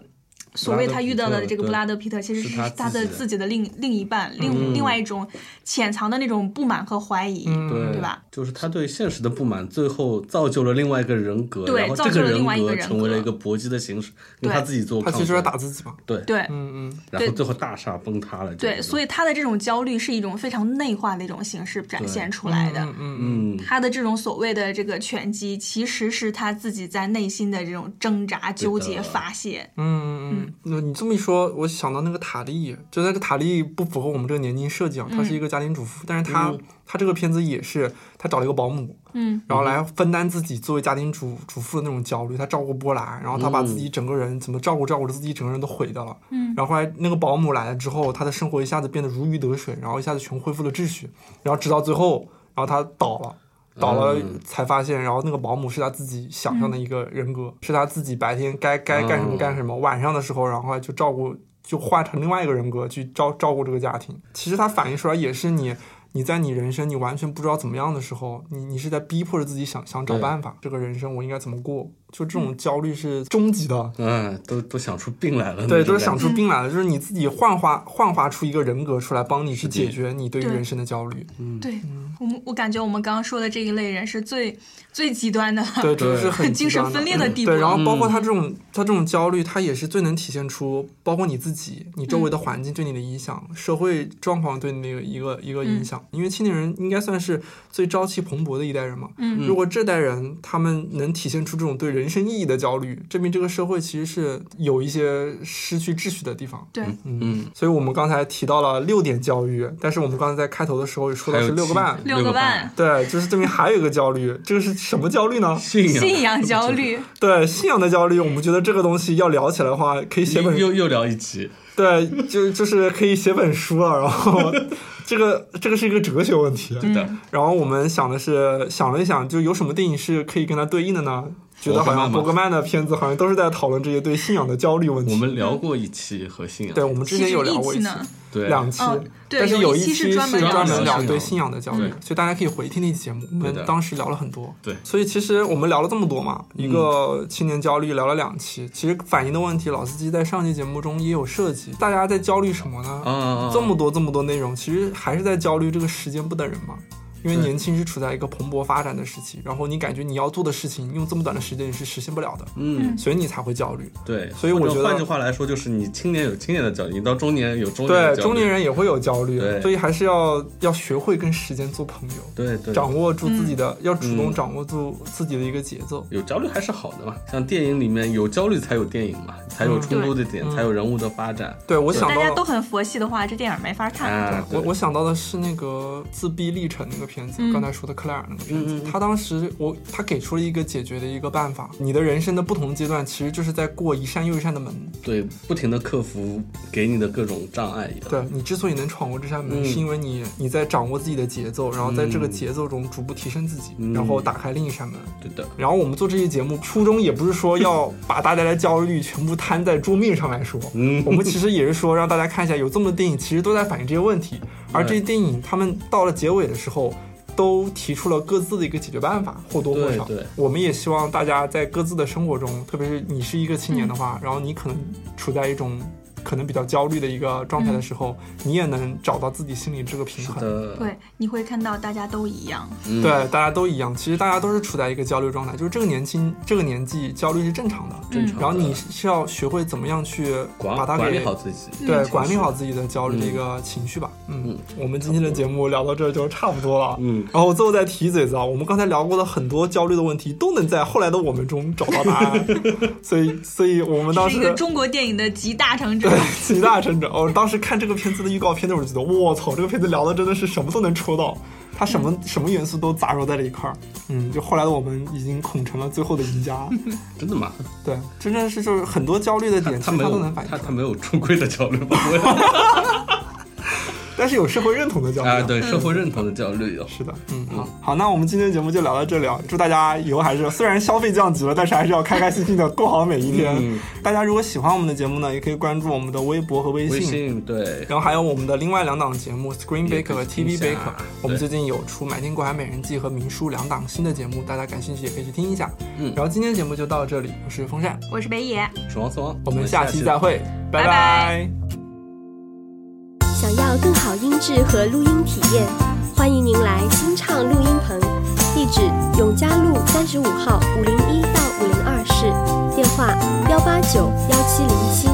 Speaker 2: 所
Speaker 3: 布拉
Speaker 2: 谓
Speaker 3: 德
Speaker 2: 他
Speaker 3: 皮
Speaker 2: 遇到的
Speaker 3: 特
Speaker 2: 这个布
Speaker 3: 对
Speaker 2: 拉德皮特，其实
Speaker 3: 是
Speaker 2: 是
Speaker 3: 他
Speaker 2: 他
Speaker 3: 自
Speaker 2: 的
Speaker 3: 己的
Speaker 2: 自己的另另一半，另另外一种潜藏的那种不满和怀疑。
Speaker 1: 嗯
Speaker 3: 对
Speaker 2: 对吧？
Speaker 3: 就是他对现实的不满，最后造就了另外一个人格，
Speaker 2: 对
Speaker 3: 然后
Speaker 2: 造
Speaker 3: 这
Speaker 2: 就了
Speaker 3: 人
Speaker 2: 另外一个
Speaker 3: 格
Speaker 2: 人
Speaker 3: 成为了
Speaker 2: 格
Speaker 3: 一个搏击的形式，跟
Speaker 2: 对
Speaker 3: 他自己做
Speaker 1: 他
Speaker 3: 抗
Speaker 1: 其实在
Speaker 3: 衡，
Speaker 1: 打自己嘛，
Speaker 3: 对，
Speaker 2: 对，
Speaker 1: 嗯嗯，
Speaker 3: 然后最后大厦崩塌了，
Speaker 2: 对，所
Speaker 3: 以，
Speaker 2: 以他的这种焦虑是一种非常内化的一种形式展
Speaker 3: 对
Speaker 2: 现出来的。
Speaker 1: 嗯嗯嗯
Speaker 3: 嗯，
Speaker 2: 他的这种所谓的这个拳击，其实是他自己在内心的这种挣扎、纠结、发泄。
Speaker 1: 嗯嗯，那你这么一说，我想到那个塔利，就那个塔利不符合我们这个年龄设计啊，她是一个家庭主妇，但是她她这个片子也是，她找了一个保姆，
Speaker 2: 嗯，
Speaker 1: 然后来分担自己作为家庭主主妇的那种焦虑，她照顾波兰，然后她把自己整个人怎么照顾照顾着自己整个人都毁掉了，嗯，然后后来那个保姆来了之后，她的生活一下子变得如鱼得水，然后一下子全恢复了秩序，然后直到最后，然后她倒了。倒了
Speaker 3: 嗯
Speaker 1: 才发现，然后那个保姆是他自己想象的一个人
Speaker 3: 嗯
Speaker 1: 格，是他自己白天该该干什么
Speaker 3: 哦
Speaker 1: 干什么，晚上的时候，然后就照顾，就换成另外一个人格去照照顾这个家庭。其实它反映出来也是你。你在你人生你完全不知道怎么样的时候，你你是在逼迫着自己想想找
Speaker 3: 对嗯
Speaker 1: 办法，这个人生我应该怎么过？就这种焦虑是终极的，
Speaker 3: 哎，都都想出病来了，
Speaker 1: 对，
Speaker 3: 那
Speaker 1: 就
Speaker 3: 种
Speaker 1: 是想
Speaker 3: 感
Speaker 1: 出病来了，就是你自己幻化幻化出一个人格出来，帮你去
Speaker 3: 的
Speaker 1: 解决你对于
Speaker 2: 对
Speaker 1: 人生的焦虑。
Speaker 2: 对我们，我感觉我们刚刚说的这一类人是最最极端的了， [LAUGHS]
Speaker 1: 对，这
Speaker 3: 对
Speaker 1: 是很
Speaker 2: 精
Speaker 1: 极
Speaker 2: 神
Speaker 1: 端
Speaker 2: 分裂的地步。
Speaker 1: 对，然后包括
Speaker 3: 嗯
Speaker 1: 他这种、他这种焦虑，他也是最能体现出，包括你自己、你周围
Speaker 2: 嗯
Speaker 1: 的环境对你的影响，社会状况对你的一个
Speaker 2: 嗯
Speaker 1: 一个影响。因为青年人应该算是最朝气蓬勃的一代人嘛。
Speaker 2: 嗯
Speaker 1: 如果这代人他们能体现出这种对人生意义的焦虑，证明这个社会其实是有一些失去秩序的地方。
Speaker 2: 对，
Speaker 3: 嗯，
Speaker 1: 所以我们刚才提到了六点焦虑，但是我们刚才在开头的时候也说
Speaker 3: 还
Speaker 1: 的
Speaker 3: 有
Speaker 1: 是六
Speaker 3: 七
Speaker 1: 个半。
Speaker 2: 六个
Speaker 3: 六个
Speaker 2: 半
Speaker 3: 半，
Speaker 1: 对，就是证明还有一个焦虑，这个是什么焦虑呢？
Speaker 3: 信仰，
Speaker 2: 信仰焦虑，
Speaker 1: 对信仰的焦虑，我们觉得这个东西要聊起来的话，可以写
Speaker 3: 又
Speaker 1: 本
Speaker 3: 又又聊一集，
Speaker 1: 对，就就是可以写本书了。然后这个 [LAUGHS] 这个是一个哲学问题。
Speaker 4: 嗯
Speaker 3: 对的，
Speaker 1: 然后我们想的是，想了一想，就有什么电影是可以跟它对应的呢？觉得好像伯
Speaker 3: 伯格
Speaker 1: 格曼的片子好像都是在讨论这些对信仰的焦虑问
Speaker 3: 我
Speaker 1: 题。
Speaker 3: 们聊过一期和信仰，
Speaker 1: 嗯对，我们之
Speaker 2: 其
Speaker 1: 前
Speaker 2: 实
Speaker 1: 有聊
Speaker 2: 一
Speaker 1: 过
Speaker 2: 期
Speaker 1: 一期、
Speaker 2: 呢，
Speaker 3: 对，
Speaker 1: 两期。
Speaker 2: 哦，对，
Speaker 1: 但是有
Speaker 2: 一
Speaker 1: 期
Speaker 2: 是
Speaker 1: 是
Speaker 2: 专门聊
Speaker 1: 门
Speaker 3: 聊
Speaker 1: 聊
Speaker 3: 信仰
Speaker 1: 对信仰的教育
Speaker 3: 对，
Speaker 1: 所以大家可以回听那期节目，我
Speaker 3: 对
Speaker 1: 们
Speaker 3: 的
Speaker 1: 当时聊了很多。
Speaker 3: 对嗯
Speaker 1: 所以其实我们聊了这么多嘛，一个青年焦虑聊了两期，其实反映的问题，老司机在上期节目中也有涉及。大家在焦虑什么呢？
Speaker 3: 啊，
Speaker 1: 这么多这么多内容，其实还是在焦虑这个时间不等人嘛。因为年轻是处在一个蓬勃发展的时期，然后你感觉你要做的事情用这么短的时间你是实现不了的，
Speaker 3: 嗯，
Speaker 1: 所以你才会焦虑。
Speaker 3: 对，
Speaker 1: 所以我
Speaker 3: 或者
Speaker 1: 觉得
Speaker 3: 换句话来说，就是你青年有青年的焦虑，你到中年有中年的
Speaker 1: 对，
Speaker 3: 焦虑
Speaker 1: 中年人也会有焦虑，
Speaker 3: 对
Speaker 1: 所以还是要要学会跟时间做朋友，
Speaker 3: 对对
Speaker 1: 掌握住自己的，要主动
Speaker 3: 嗯
Speaker 1: 掌握住自己的一个节奏。
Speaker 3: 有焦虑还是好的嘛，像电影里面有焦虑才有电影嘛，才有冲突的点，
Speaker 1: 嗯
Speaker 3: 才有人物的发展。
Speaker 1: 对我想
Speaker 4: 大家
Speaker 1: 到
Speaker 4: 都
Speaker 1: 了，
Speaker 4: 很佛系的话，这电影没法看。
Speaker 3: 啊，
Speaker 1: 我
Speaker 3: 对
Speaker 1: 我想到的是那个自闭历程那个片
Speaker 4: 嗯
Speaker 1: 子，刚才说的克莱尔那个片
Speaker 3: 嗯
Speaker 1: 子
Speaker 3: 嗯，嗯
Speaker 1: 他当时我他给出了一个解决的一个办法，你的人生的不同阶段其实就是在过一扇又一扇的门，
Speaker 3: 对不停的克服给你的各种障碍一样。
Speaker 1: 对你之所以能闯过这扇门，
Speaker 3: 嗯
Speaker 1: 是因为你你在掌握自己的节奏，然后在这个
Speaker 3: 嗯
Speaker 1: 节奏中逐步提升自己，
Speaker 3: 嗯
Speaker 1: 然后打开另一扇门。
Speaker 3: 对的，
Speaker 1: 然后我们做这期节目，初衷也不是说要把大家的焦虑全部摊在桌面上来说，
Speaker 3: 嗯
Speaker 1: 我们其实也是说让大家看一下，有这么多电影其实都在反映这些问
Speaker 3: [LAUGHS]
Speaker 1: 题，而这些电影他们到了结尾的时候。都提出了各自的一个解决办法，或多或少。
Speaker 3: 对对
Speaker 1: 我们也希望大家在各自的生活中，特别是你是一个青年的
Speaker 3: 嗯
Speaker 1: 话，然后你可能处在一种可能比较焦虑的一个状态的时
Speaker 3: 嗯
Speaker 1: 候，你也能找到自己心里这个平
Speaker 3: 是
Speaker 1: 衡。
Speaker 3: 的，
Speaker 4: 对，你会看到大家都一样。
Speaker 3: 嗯
Speaker 1: 对，大家都一样，其实大家都是处在一个焦虑状态，就是这个年轻这个年纪焦虑是正常的，
Speaker 3: 正常的
Speaker 1: 然后你是要学会怎么样去
Speaker 3: 嗯管
Speaker 1: 把它给
Speaker 3: 管理好自己。
Speaker 1: 对，
Speaker 3: 绪
Speaker 1: 管理好自己的焦虑的一个情绪吧。嗯，
Speaker 3: 嗯
Speaker 1: 我们今天的节目聊到这儿就差不多了。
Speaker 3: 嗯
Speaker 1: 然后最后再提一嘴子啊，我们刚才聊过的很多焦虑的问题都能在后来的我们中找到答案，所以，所以我们当
Speaker 4: 是一个
Speaker 1: 时。
Speaker 4: 中国电影的集大成者
Speaker 1: 对。， [LAUGHS] 集大成者。我当时看这个片子的预告片的时候，觉得我操，这个片子聊的真的是什么都能戳到，它什么
Speaker 3: 嗯
Speaker 1: 什么元素都杂糅在了一块儿。嗯，就后来的我们已经孔成了最后的赢
Speaker 3: [LAUGHS]
Speaker 1: 家。
Speaker 3: 真的吗？
Speaker 1: 对，真正是就是很多焦虑的
Speaker 3: 他
Speaker 1: 点，其
Speaker 3: 他
Speaker 1: 实
Speaker 3: 没
Speaker 1: 它都
Speaker 3: 有
Speaker 1: 能反映
Speaker 3: 他
Speaker 1: 出
Speaker 3: 他
Speaker 1: 来，
Speaker 3: 没有出柜的焦虑吧？ [LAUGHS]
Speaker 1: 但是有社会认同的焦虑
Speaker 3: 啊，对社会认同的
Speaker 1: [LAUGHS]
Speaker 3: 焦虑哦。
Speaker 1: 是的，嗯，好，好，那我们今天节目就聊到这里啊！祝大家以后还是虽然消费降级了，但是还是要开开心心的过好每一天。
Speaker 3: 嗯
Speaker 1: 大家如果喜欢我们的节目呢，也可以关注我们的微博和微
Speaker 3: 微信对，
Speaker 1: 然后还有我们的另外两档节目 Screen
Speaker 3: 也可
Speaker 1: Baker
Speaker 3: 以
Speaker 1: 和
Speaker 3: 听一
Speaker 1: TV
Speaker 3: 下
Speaker 1: Baker，我们最
Speaker 3: 对
Speaker 1: 近有出《买天国海美人计》和《民书》两档新的节目，大家感兴趣也可以去听一下。
Speaker 3: 嗯
Speaker 1: 然后今天节目就到这里，我是风扇，
Speaker 4: 我是北野。
Speaker 3: 守望死亡，
Speaker 1: 我们下期再会，拜
Speaker 4: 拜拜
Speaker 5: 想要更好音质和录音体验，欢迎您来新唱录音棚，地址永嘉路三十五号五零一到五零二室，电话幺八九幺七零七